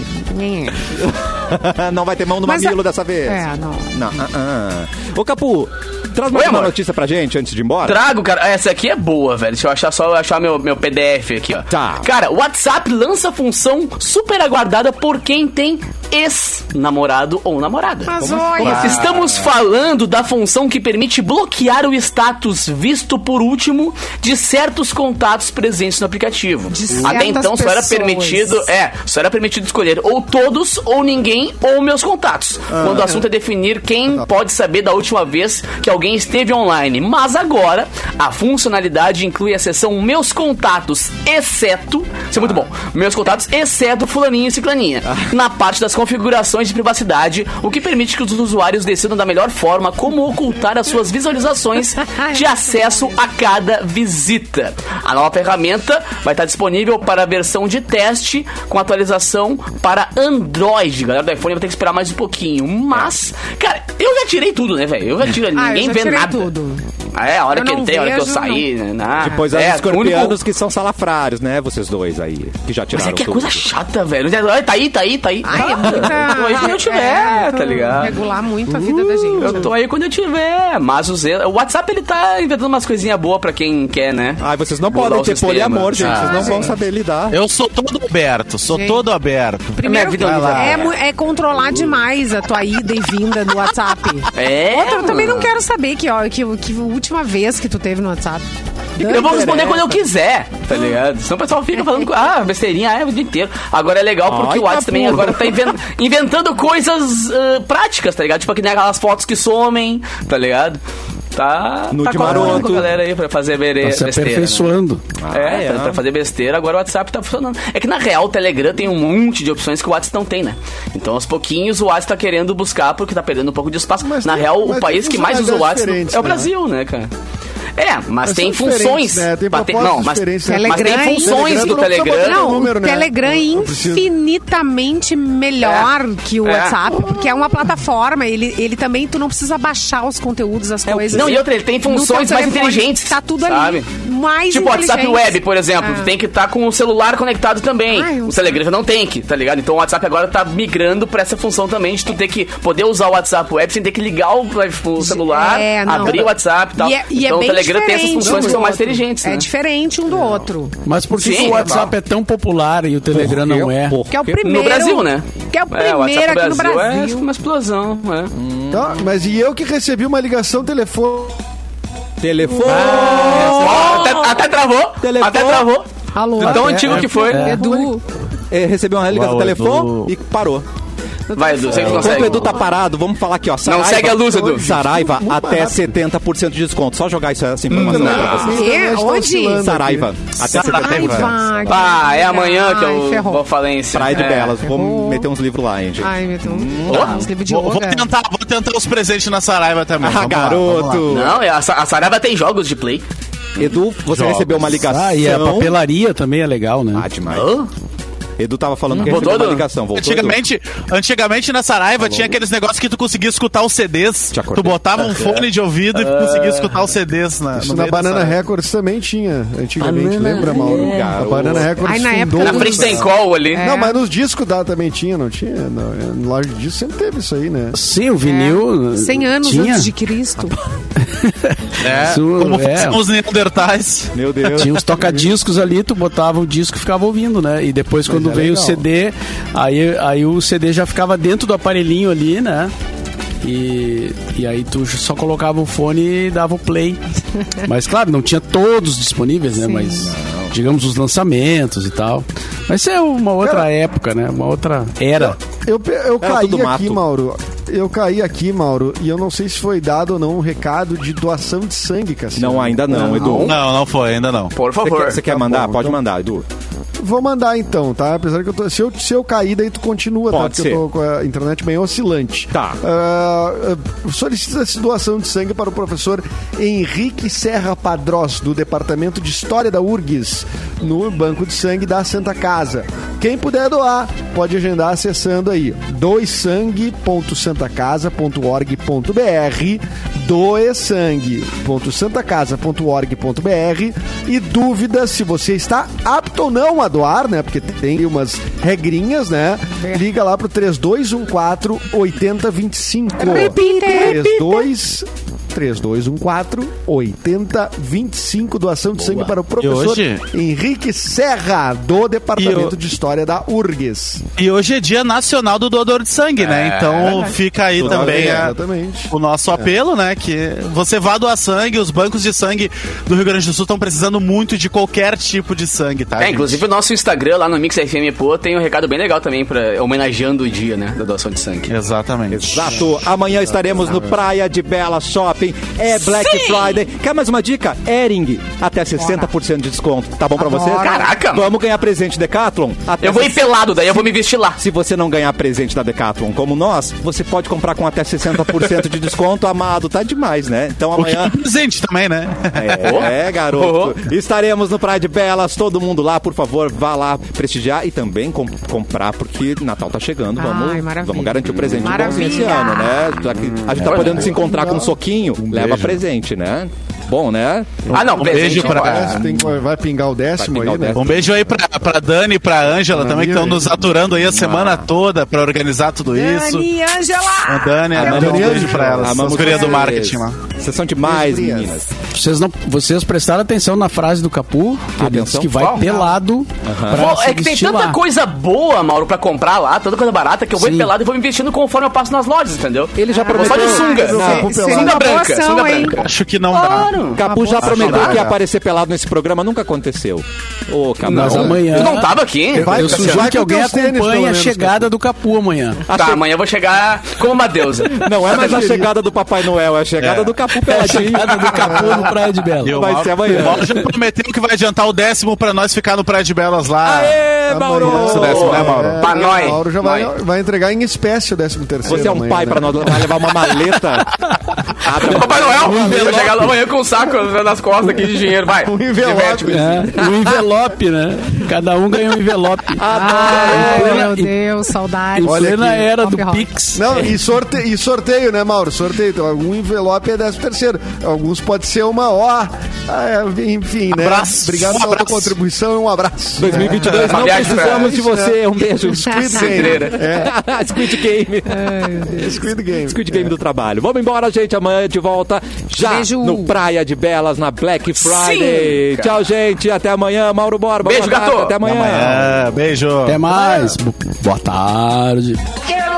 *laughs* Não vai ter mão no
Mas
mamilo
a-
dessa vez.
É, não.
Não, ah, ah. Ô, Capu, traz mais
Oi,
uma
amor.
notícia pra gente antes de ir embora.
Trago, cara. Essa aqui é boa, velho. Deixa eu achar só eu achar meu, meu PDF aqui, ó.
Tá.
Cara, o WhatsApp lança a função super aguardada por quem tem ex-namorado ou namorada.
Mas olha.
Mas Estamos falando da função que permite bloquear o status visto por último de certos contatos presentes no aplicativo.
De
Até
certas
então só era
pessoas.
permitido, é, só era permitido escolher ou todos, ou ninguém, ou meus contatos. Quando o assunto é definir quem pode saber da última vez que alguém esteve online. Mas agora, a funcionalidade inclui a seção meus contatos, exceto, isso é muito bom, meus contatos, exceto fulaninho e ciclaninha, na parte das configurações de privacidade, o que permite que os usuários decidam da melhor forma como ocultar as suas visualizações de acesso a cada visita. A nova ferramenta vai estar disponível para a versão de teste com atualização para Android. Galera do iPhone vai ter que esperar mais um pouquinho. Mas, cara, eu já tirei tudo, né, velho? Eu já tirei,
Ah,
ninguém
eu já
vê
tirei
nada.
tudo.
Ah, É, a hora
Eu
que
não
entrei, a hora que eu
vejo,
saí, né? Ah,
Depois
é,
os escorpianos
o único-
que são salafrários, né? Vocês dois aí, que já
Mas
tiraram
é que é
tudo.
coisa chata, velho. Olha, Tá aí, tá aí, tá aí.
Ai, é
*laughs* Hoje
muita.
eu tiver,
é,
tá ligado? Uh,
Regular muito a vida da gente.
Eu tô aí quando eu tiver. Mas o, Zé- o WhatsApp ele tá inventando umas coisinhas boas pra quem quer, né?
Ai, vocês não
Mudar
podem
o
ter
sistema.
poliamor, gente.
Ah,
vocês não vão
gente.
saber lidar.
Eu sou todo aberto, sou
Gente.
todo aberto.
Minha vida
é,
é um livro aberto.
mu- é controlar demais a tua ida e vinda no
*laughs*
WhatsApp.
É.
Outra, eu também não
mano.
quero saber que, ó, que, que a última vez que tu teve no WhatsApp.
Eu vou responder quando eu quiser, tá ligado? Senão o pessoal fica falando, ah, besteirinha, ah, é o dia inteiro. Agora é legal porque
Ai,
o WhatsApp também
Capu.
agora tá *laughs* inven- inventando coisas ah, práticas, tá ligado? Tipo que nem aquelas fotos que somem, tá ligado? Tá,
Nude
tá colaborando
maroto.
com a galera aí pra fazer bere-
Tá se
besteira. né?
aperfeiçoando.
É, pra, pra fazer besteira, agora o WhatsApp tá funcionando. É que na real o Telegram tem um monte de opções que o WhatsApp não tem, né? Então aos pouquinhos o WhatsApp tá querendo buscar porque tá perdendo um pouco de espaço.
Mas
na
tem-
real,
mas
o
tem
país que mais usa o
funcionalidades
WhatsApp é
diferentes,
o
né?
Brasil, né, cara? É, mas, tem
são diferentes,
funções.
né? Tem
mas não,
propostas
mas,
diferentes,
né?
mas tem
Telegram,
funções
Telegram,
do
tu não precisa
Telegram.
botar
Não,
o número,
o
né?
Telegram é
Eu preciso.
infinitamente melhor que o
É.
WhatsApp, porque é uma plataforma, ele, ele também, tu não precisa baixar os conteúdos, as
É,
coisas.
não, e outra, ele tem
No teu
funções mais
telefone,
inteligentes.
Tá tudo
sabe?
ali, mais
Tipo o WhatsApp
inteligente.
Web, por exemplo,
Ah.
tu tem que estar com o celular conectado também.
Ah, eu
o
sei.
Telegram não tem que, tá ligado? Então o WhatsApp agora tá migrando pra essa função também de tu ter que poder usar o WhatsApp Web sem ter que ligar o, o celular,
É, não.
abrir o WhatsApp e tal.
E é, e é
então o
bem
Telegram tem essas
diferente
funções
um
que
do
são mais
outro.
inteligentes, né?
É diferente um do outro.
Mas por que,
Sim,
que o WhatsApp é tão popular e o Telegram não é?
Que é o primeiro.
No Brasil, né?
Que é o
É,
primeiro
WhatsApp
aqui no Brasil.
É uma explosão, é.
Tá, mas e eu que recebi uma ligação telefônica.
Telefone.
Ó, até, até travou,
É, Telefone.
até travou.
Alô,
De Tão antigo que foi.
é.
Edu.
É, recebeu uma ligação do
Uau,
telefone
Edu.
e parou.
Vai, Edu, você que
Enquanto o
consegue.
Edu tá parado, vamos falar aqui, ó. Saraiva,
segue a luz, Edu.
Saraiva,
Muito
até
rápido.
70% de desconto. Só jogar isso, essa informação pra você.
É, onde?
Saraiva, até 70%.
Ai,
Pá, é amanhã que
Ai,
eu
ferrou.
vou falência.
Praia de
É.
Belas. Vou
Ferrou.
meter uns livros lá, hein, gente.
Ai, meu Deus. Ah, Os livros de
Vou, vou
yoga.
tentar, vou tentar os presentes na Saraiva também.
Ah,
Vamos lá, vamos lá.
garoto.
Não, é, a, Sa- a Saraiva tem jogos de play.
Edu, você
Jogos.
recebeu uma ligação.
Ah, e a papelaria também é legal, né?
Ah, demais. Edu tava falando que
Voltou,
recebeu uma
Edu?
ligação. Voltou, Edu?
Antigamente, antigamente na Saraiva tinha aqueles negócios que tu conseguia escutar os CDs.
Te acordei.
Tu botava um fone de ouvido e tu conseguia escutar os CDs na,
Isso
no
na
meio da
Banana
Saraiva.
Records também tinha, antigamente,
Banana
lembra, Mauro?
Records.
A Banana Records
Ai, na época
fundou
Na frente
isso,
tem
né?
call ali.
É.
Não, mas nos discos da também tinha, não tinha? Não, é, na loja de disco sempre teve isso aí, né?
Sim, o vinil. eh,
100 É, anos
tinha.
antes de Cristo.
É,
Isso,
como
é.
faziam os Neandertais.
Meu Deus.
Tinha uns toca-discos ali, tu botava o disco e ficava ouvindo, né? E depois, quando
é
veio
legal.
o CD, aí, aí o CD já ficava dentro do aparelhinho ali, né? E, e aí tu só colocava o fone e dava
*laughs*
o play. Mas claro, não tinha todos disponíveis, né? Mas digamos os lançamentos e tal. Mas isso é uma outra
Cara,
época, né? Uma outra era.
Eu, pe- eu
Era
caí
tudo
aqui,
mato.
Mauro. Eu caí aqui, Mauro, e eu não sei se foi dado ou não um recado de doação de sangue, cara.
Não, ainda não, Edu.
Não, não foi, ainda não.
Por
Você
favor.
quer, você quer
Tá
mandar?
bom,
Pode
então-
mandar, Edu.
Vou mandar então, tá? Apesar que eu tô. Se eu, se eu cair, daí tu continua, tá?
Pode
Porque
ser.
eu tô com a internet bem oscilante.
Tá.
Ah, ah, Solicita-se doação de sangue para o professor Henrique Serra Padrós, do Departamento de História da URGS, no Banco de Sangue da Santa Casa. Quem puder doar, pode agendar acessando aí doesangue.santacasa.org.br doesangue.santacasa.org.br e dúvidas se você está apto ou não a doar, né? Porque tem umas regrinhas, né? Liga lá pro 3214 8025.
Repita,
32 3214 8025 doação de sangue para o professor
hoje?
Henrique Serra, do Departamento
E o-
de História da URGS.
E hoje é dia nacional do doador de sangue, né? Então fica aí
Toda
também
vez,
a-
exatamente.
o nosso apelo, né? Que você vá doar sangue, os bancos de sangue do Rio Grande do Sul estão precisando muito de qualquer tipo de sangue, tá?
É,
gente?
inclusive o nosso Instagram lá no Mix FM Pô tem um recado bem legal também, pra, homenageando o dia, né? Da doação de sangue.
Exatamente.
Exato. Amanhã estaremos no Praia de Bela Shopping. É Black Friday. Quer mais uma dica? Ering. Até 60% de desconto. Tá bom pra você?
Caraca, mano.
Vamos ganhar presente Decathlon? Até
Eu vou ir pelado, daí eu vou me vestir lá.
Se você não ganhar presente da Decathlon como nós, você pode comprar com até 60% de desconto, amado. Tá demais, né? Então
O que
amanhã.
é presente também, *laughs* né?
É, é, garoto. Estaremos no Praia de Belas, todo mundo lá, por favor, vá lá prestigiar e também com- comprar, porque Natal tá chegando.
Ai,
Vamos,
maravilha.
vamos garantir o presente
Maravilha.
bonzinho esse ano, né? Já que a gente tá podendo se encontrar com um soquinho, leva
beijo.
presente, né? Bom, né?
Ah, não,
Um beijo
presente.
pra-
Parece que tem que- vai pingar o décimo
Vai pingar
aí,
o
né?
décimo.
Um beijo aí pra, pra Dani e pra Ângela também, que estão nos aturando aí a semana toda pra organizar tudo isso.
Dani
A
Angela!
Dani, a Dani, um
Dani,
beijo pra elas. As gurias do
vocês.
marketing lá.
Vocês são demais,
Beijo, gurias.
meninas.
Vocês, não, vocês prestaram atenção na frase do Capu, que ele disse
Atenção.
que vai
Qual?
pelado. pra
Pô,
se
é que tem
vestir
tanta
lá.
coisa boa, Mauro, pra comprar lá, tanta coisa barata, que eu vou ir
Sim.
pelado e vou me vestindo conforme eu passo nas lojas, entendeu?
Ele já
Ah,
Vou
prometeu.
só de sunga.
Não,
Não,
seria
sunga
uma boa
branca,
ação,
sunga
hein?
branca.
Acho que não dá.
claro.
Capu
Uma
já
boa
prometeu
jogada.
que ia aparecer pelado nesse programa, nunca aconteceu. Ô, Capu.
Mas amanhã.
Tu não tava aqui?
Eu,
Vai,
eu
Cassiano.
sugiro
Vai
que
com
alguém
teus tênis,
acompanhe
pelo
a
menos,
chegada do Capu amanhã.
Tá, amanhã eu vou chegar como uma deusa.
Não é mais a chegada do Papai Noel, é a chegada
É.
do Capu
A
peladinho.
chegada do Capu no Praia de Bela.
E o
Vai
Mauro-
ser amanhã.
O Mauro já prometeu que vai adiantar o décimo pra nós ficar no Praia de Belas lá.
Aê, É, Mauro!
Amanhã-
décimo, né, Mauro?
Ah, É,
Pra nós.
O Mauro já vai,
Nós.
vai entregar em espécie o 13 terceiro.
Você é um
amanhã,
pai
né?
pra nós, vai levar uma maleta.
Papai Noel, eu vou chegar lá amanhã com um saco nas costas aqui de dinheiro. Vai.
Um envelope.
diverte com isso.
É, um envelope, né? Cada um ganha um envelope.
Ai,
Em plena-
Ah, meu Deus, saudade.
Em plena
aqui.
era do
Top rock.
Pix.
Não, e sorteio, e sorteio, né, Mauro? Sorteio. Então, algum envelope é 13 terceiro. Alguns pode ser uma ó. Ah, é, Enfim, né?
Abraço.
Obrigado
Um
pela tua
abraço.
contribuição e um abraço.
2022, não
Aliás,
precisamos
é
de
isso,
você. Um beijo.
Squid Game.
Pedreira.
É,
*laughs* Squid Game.
Squid Game.
Squid Game do trabalho. Vamos embora, gente. Amanhã de volta já
Beijo.
no Praia de Belas, na Black Friday.
Sim, cara.
Tchau, gente. Até amanhã. Mauro Borba.
Beijo,
Boa tarde.
gato.
Até amanhã.
É, beijo.
Até mais. Bo- Boa tarde.
Quero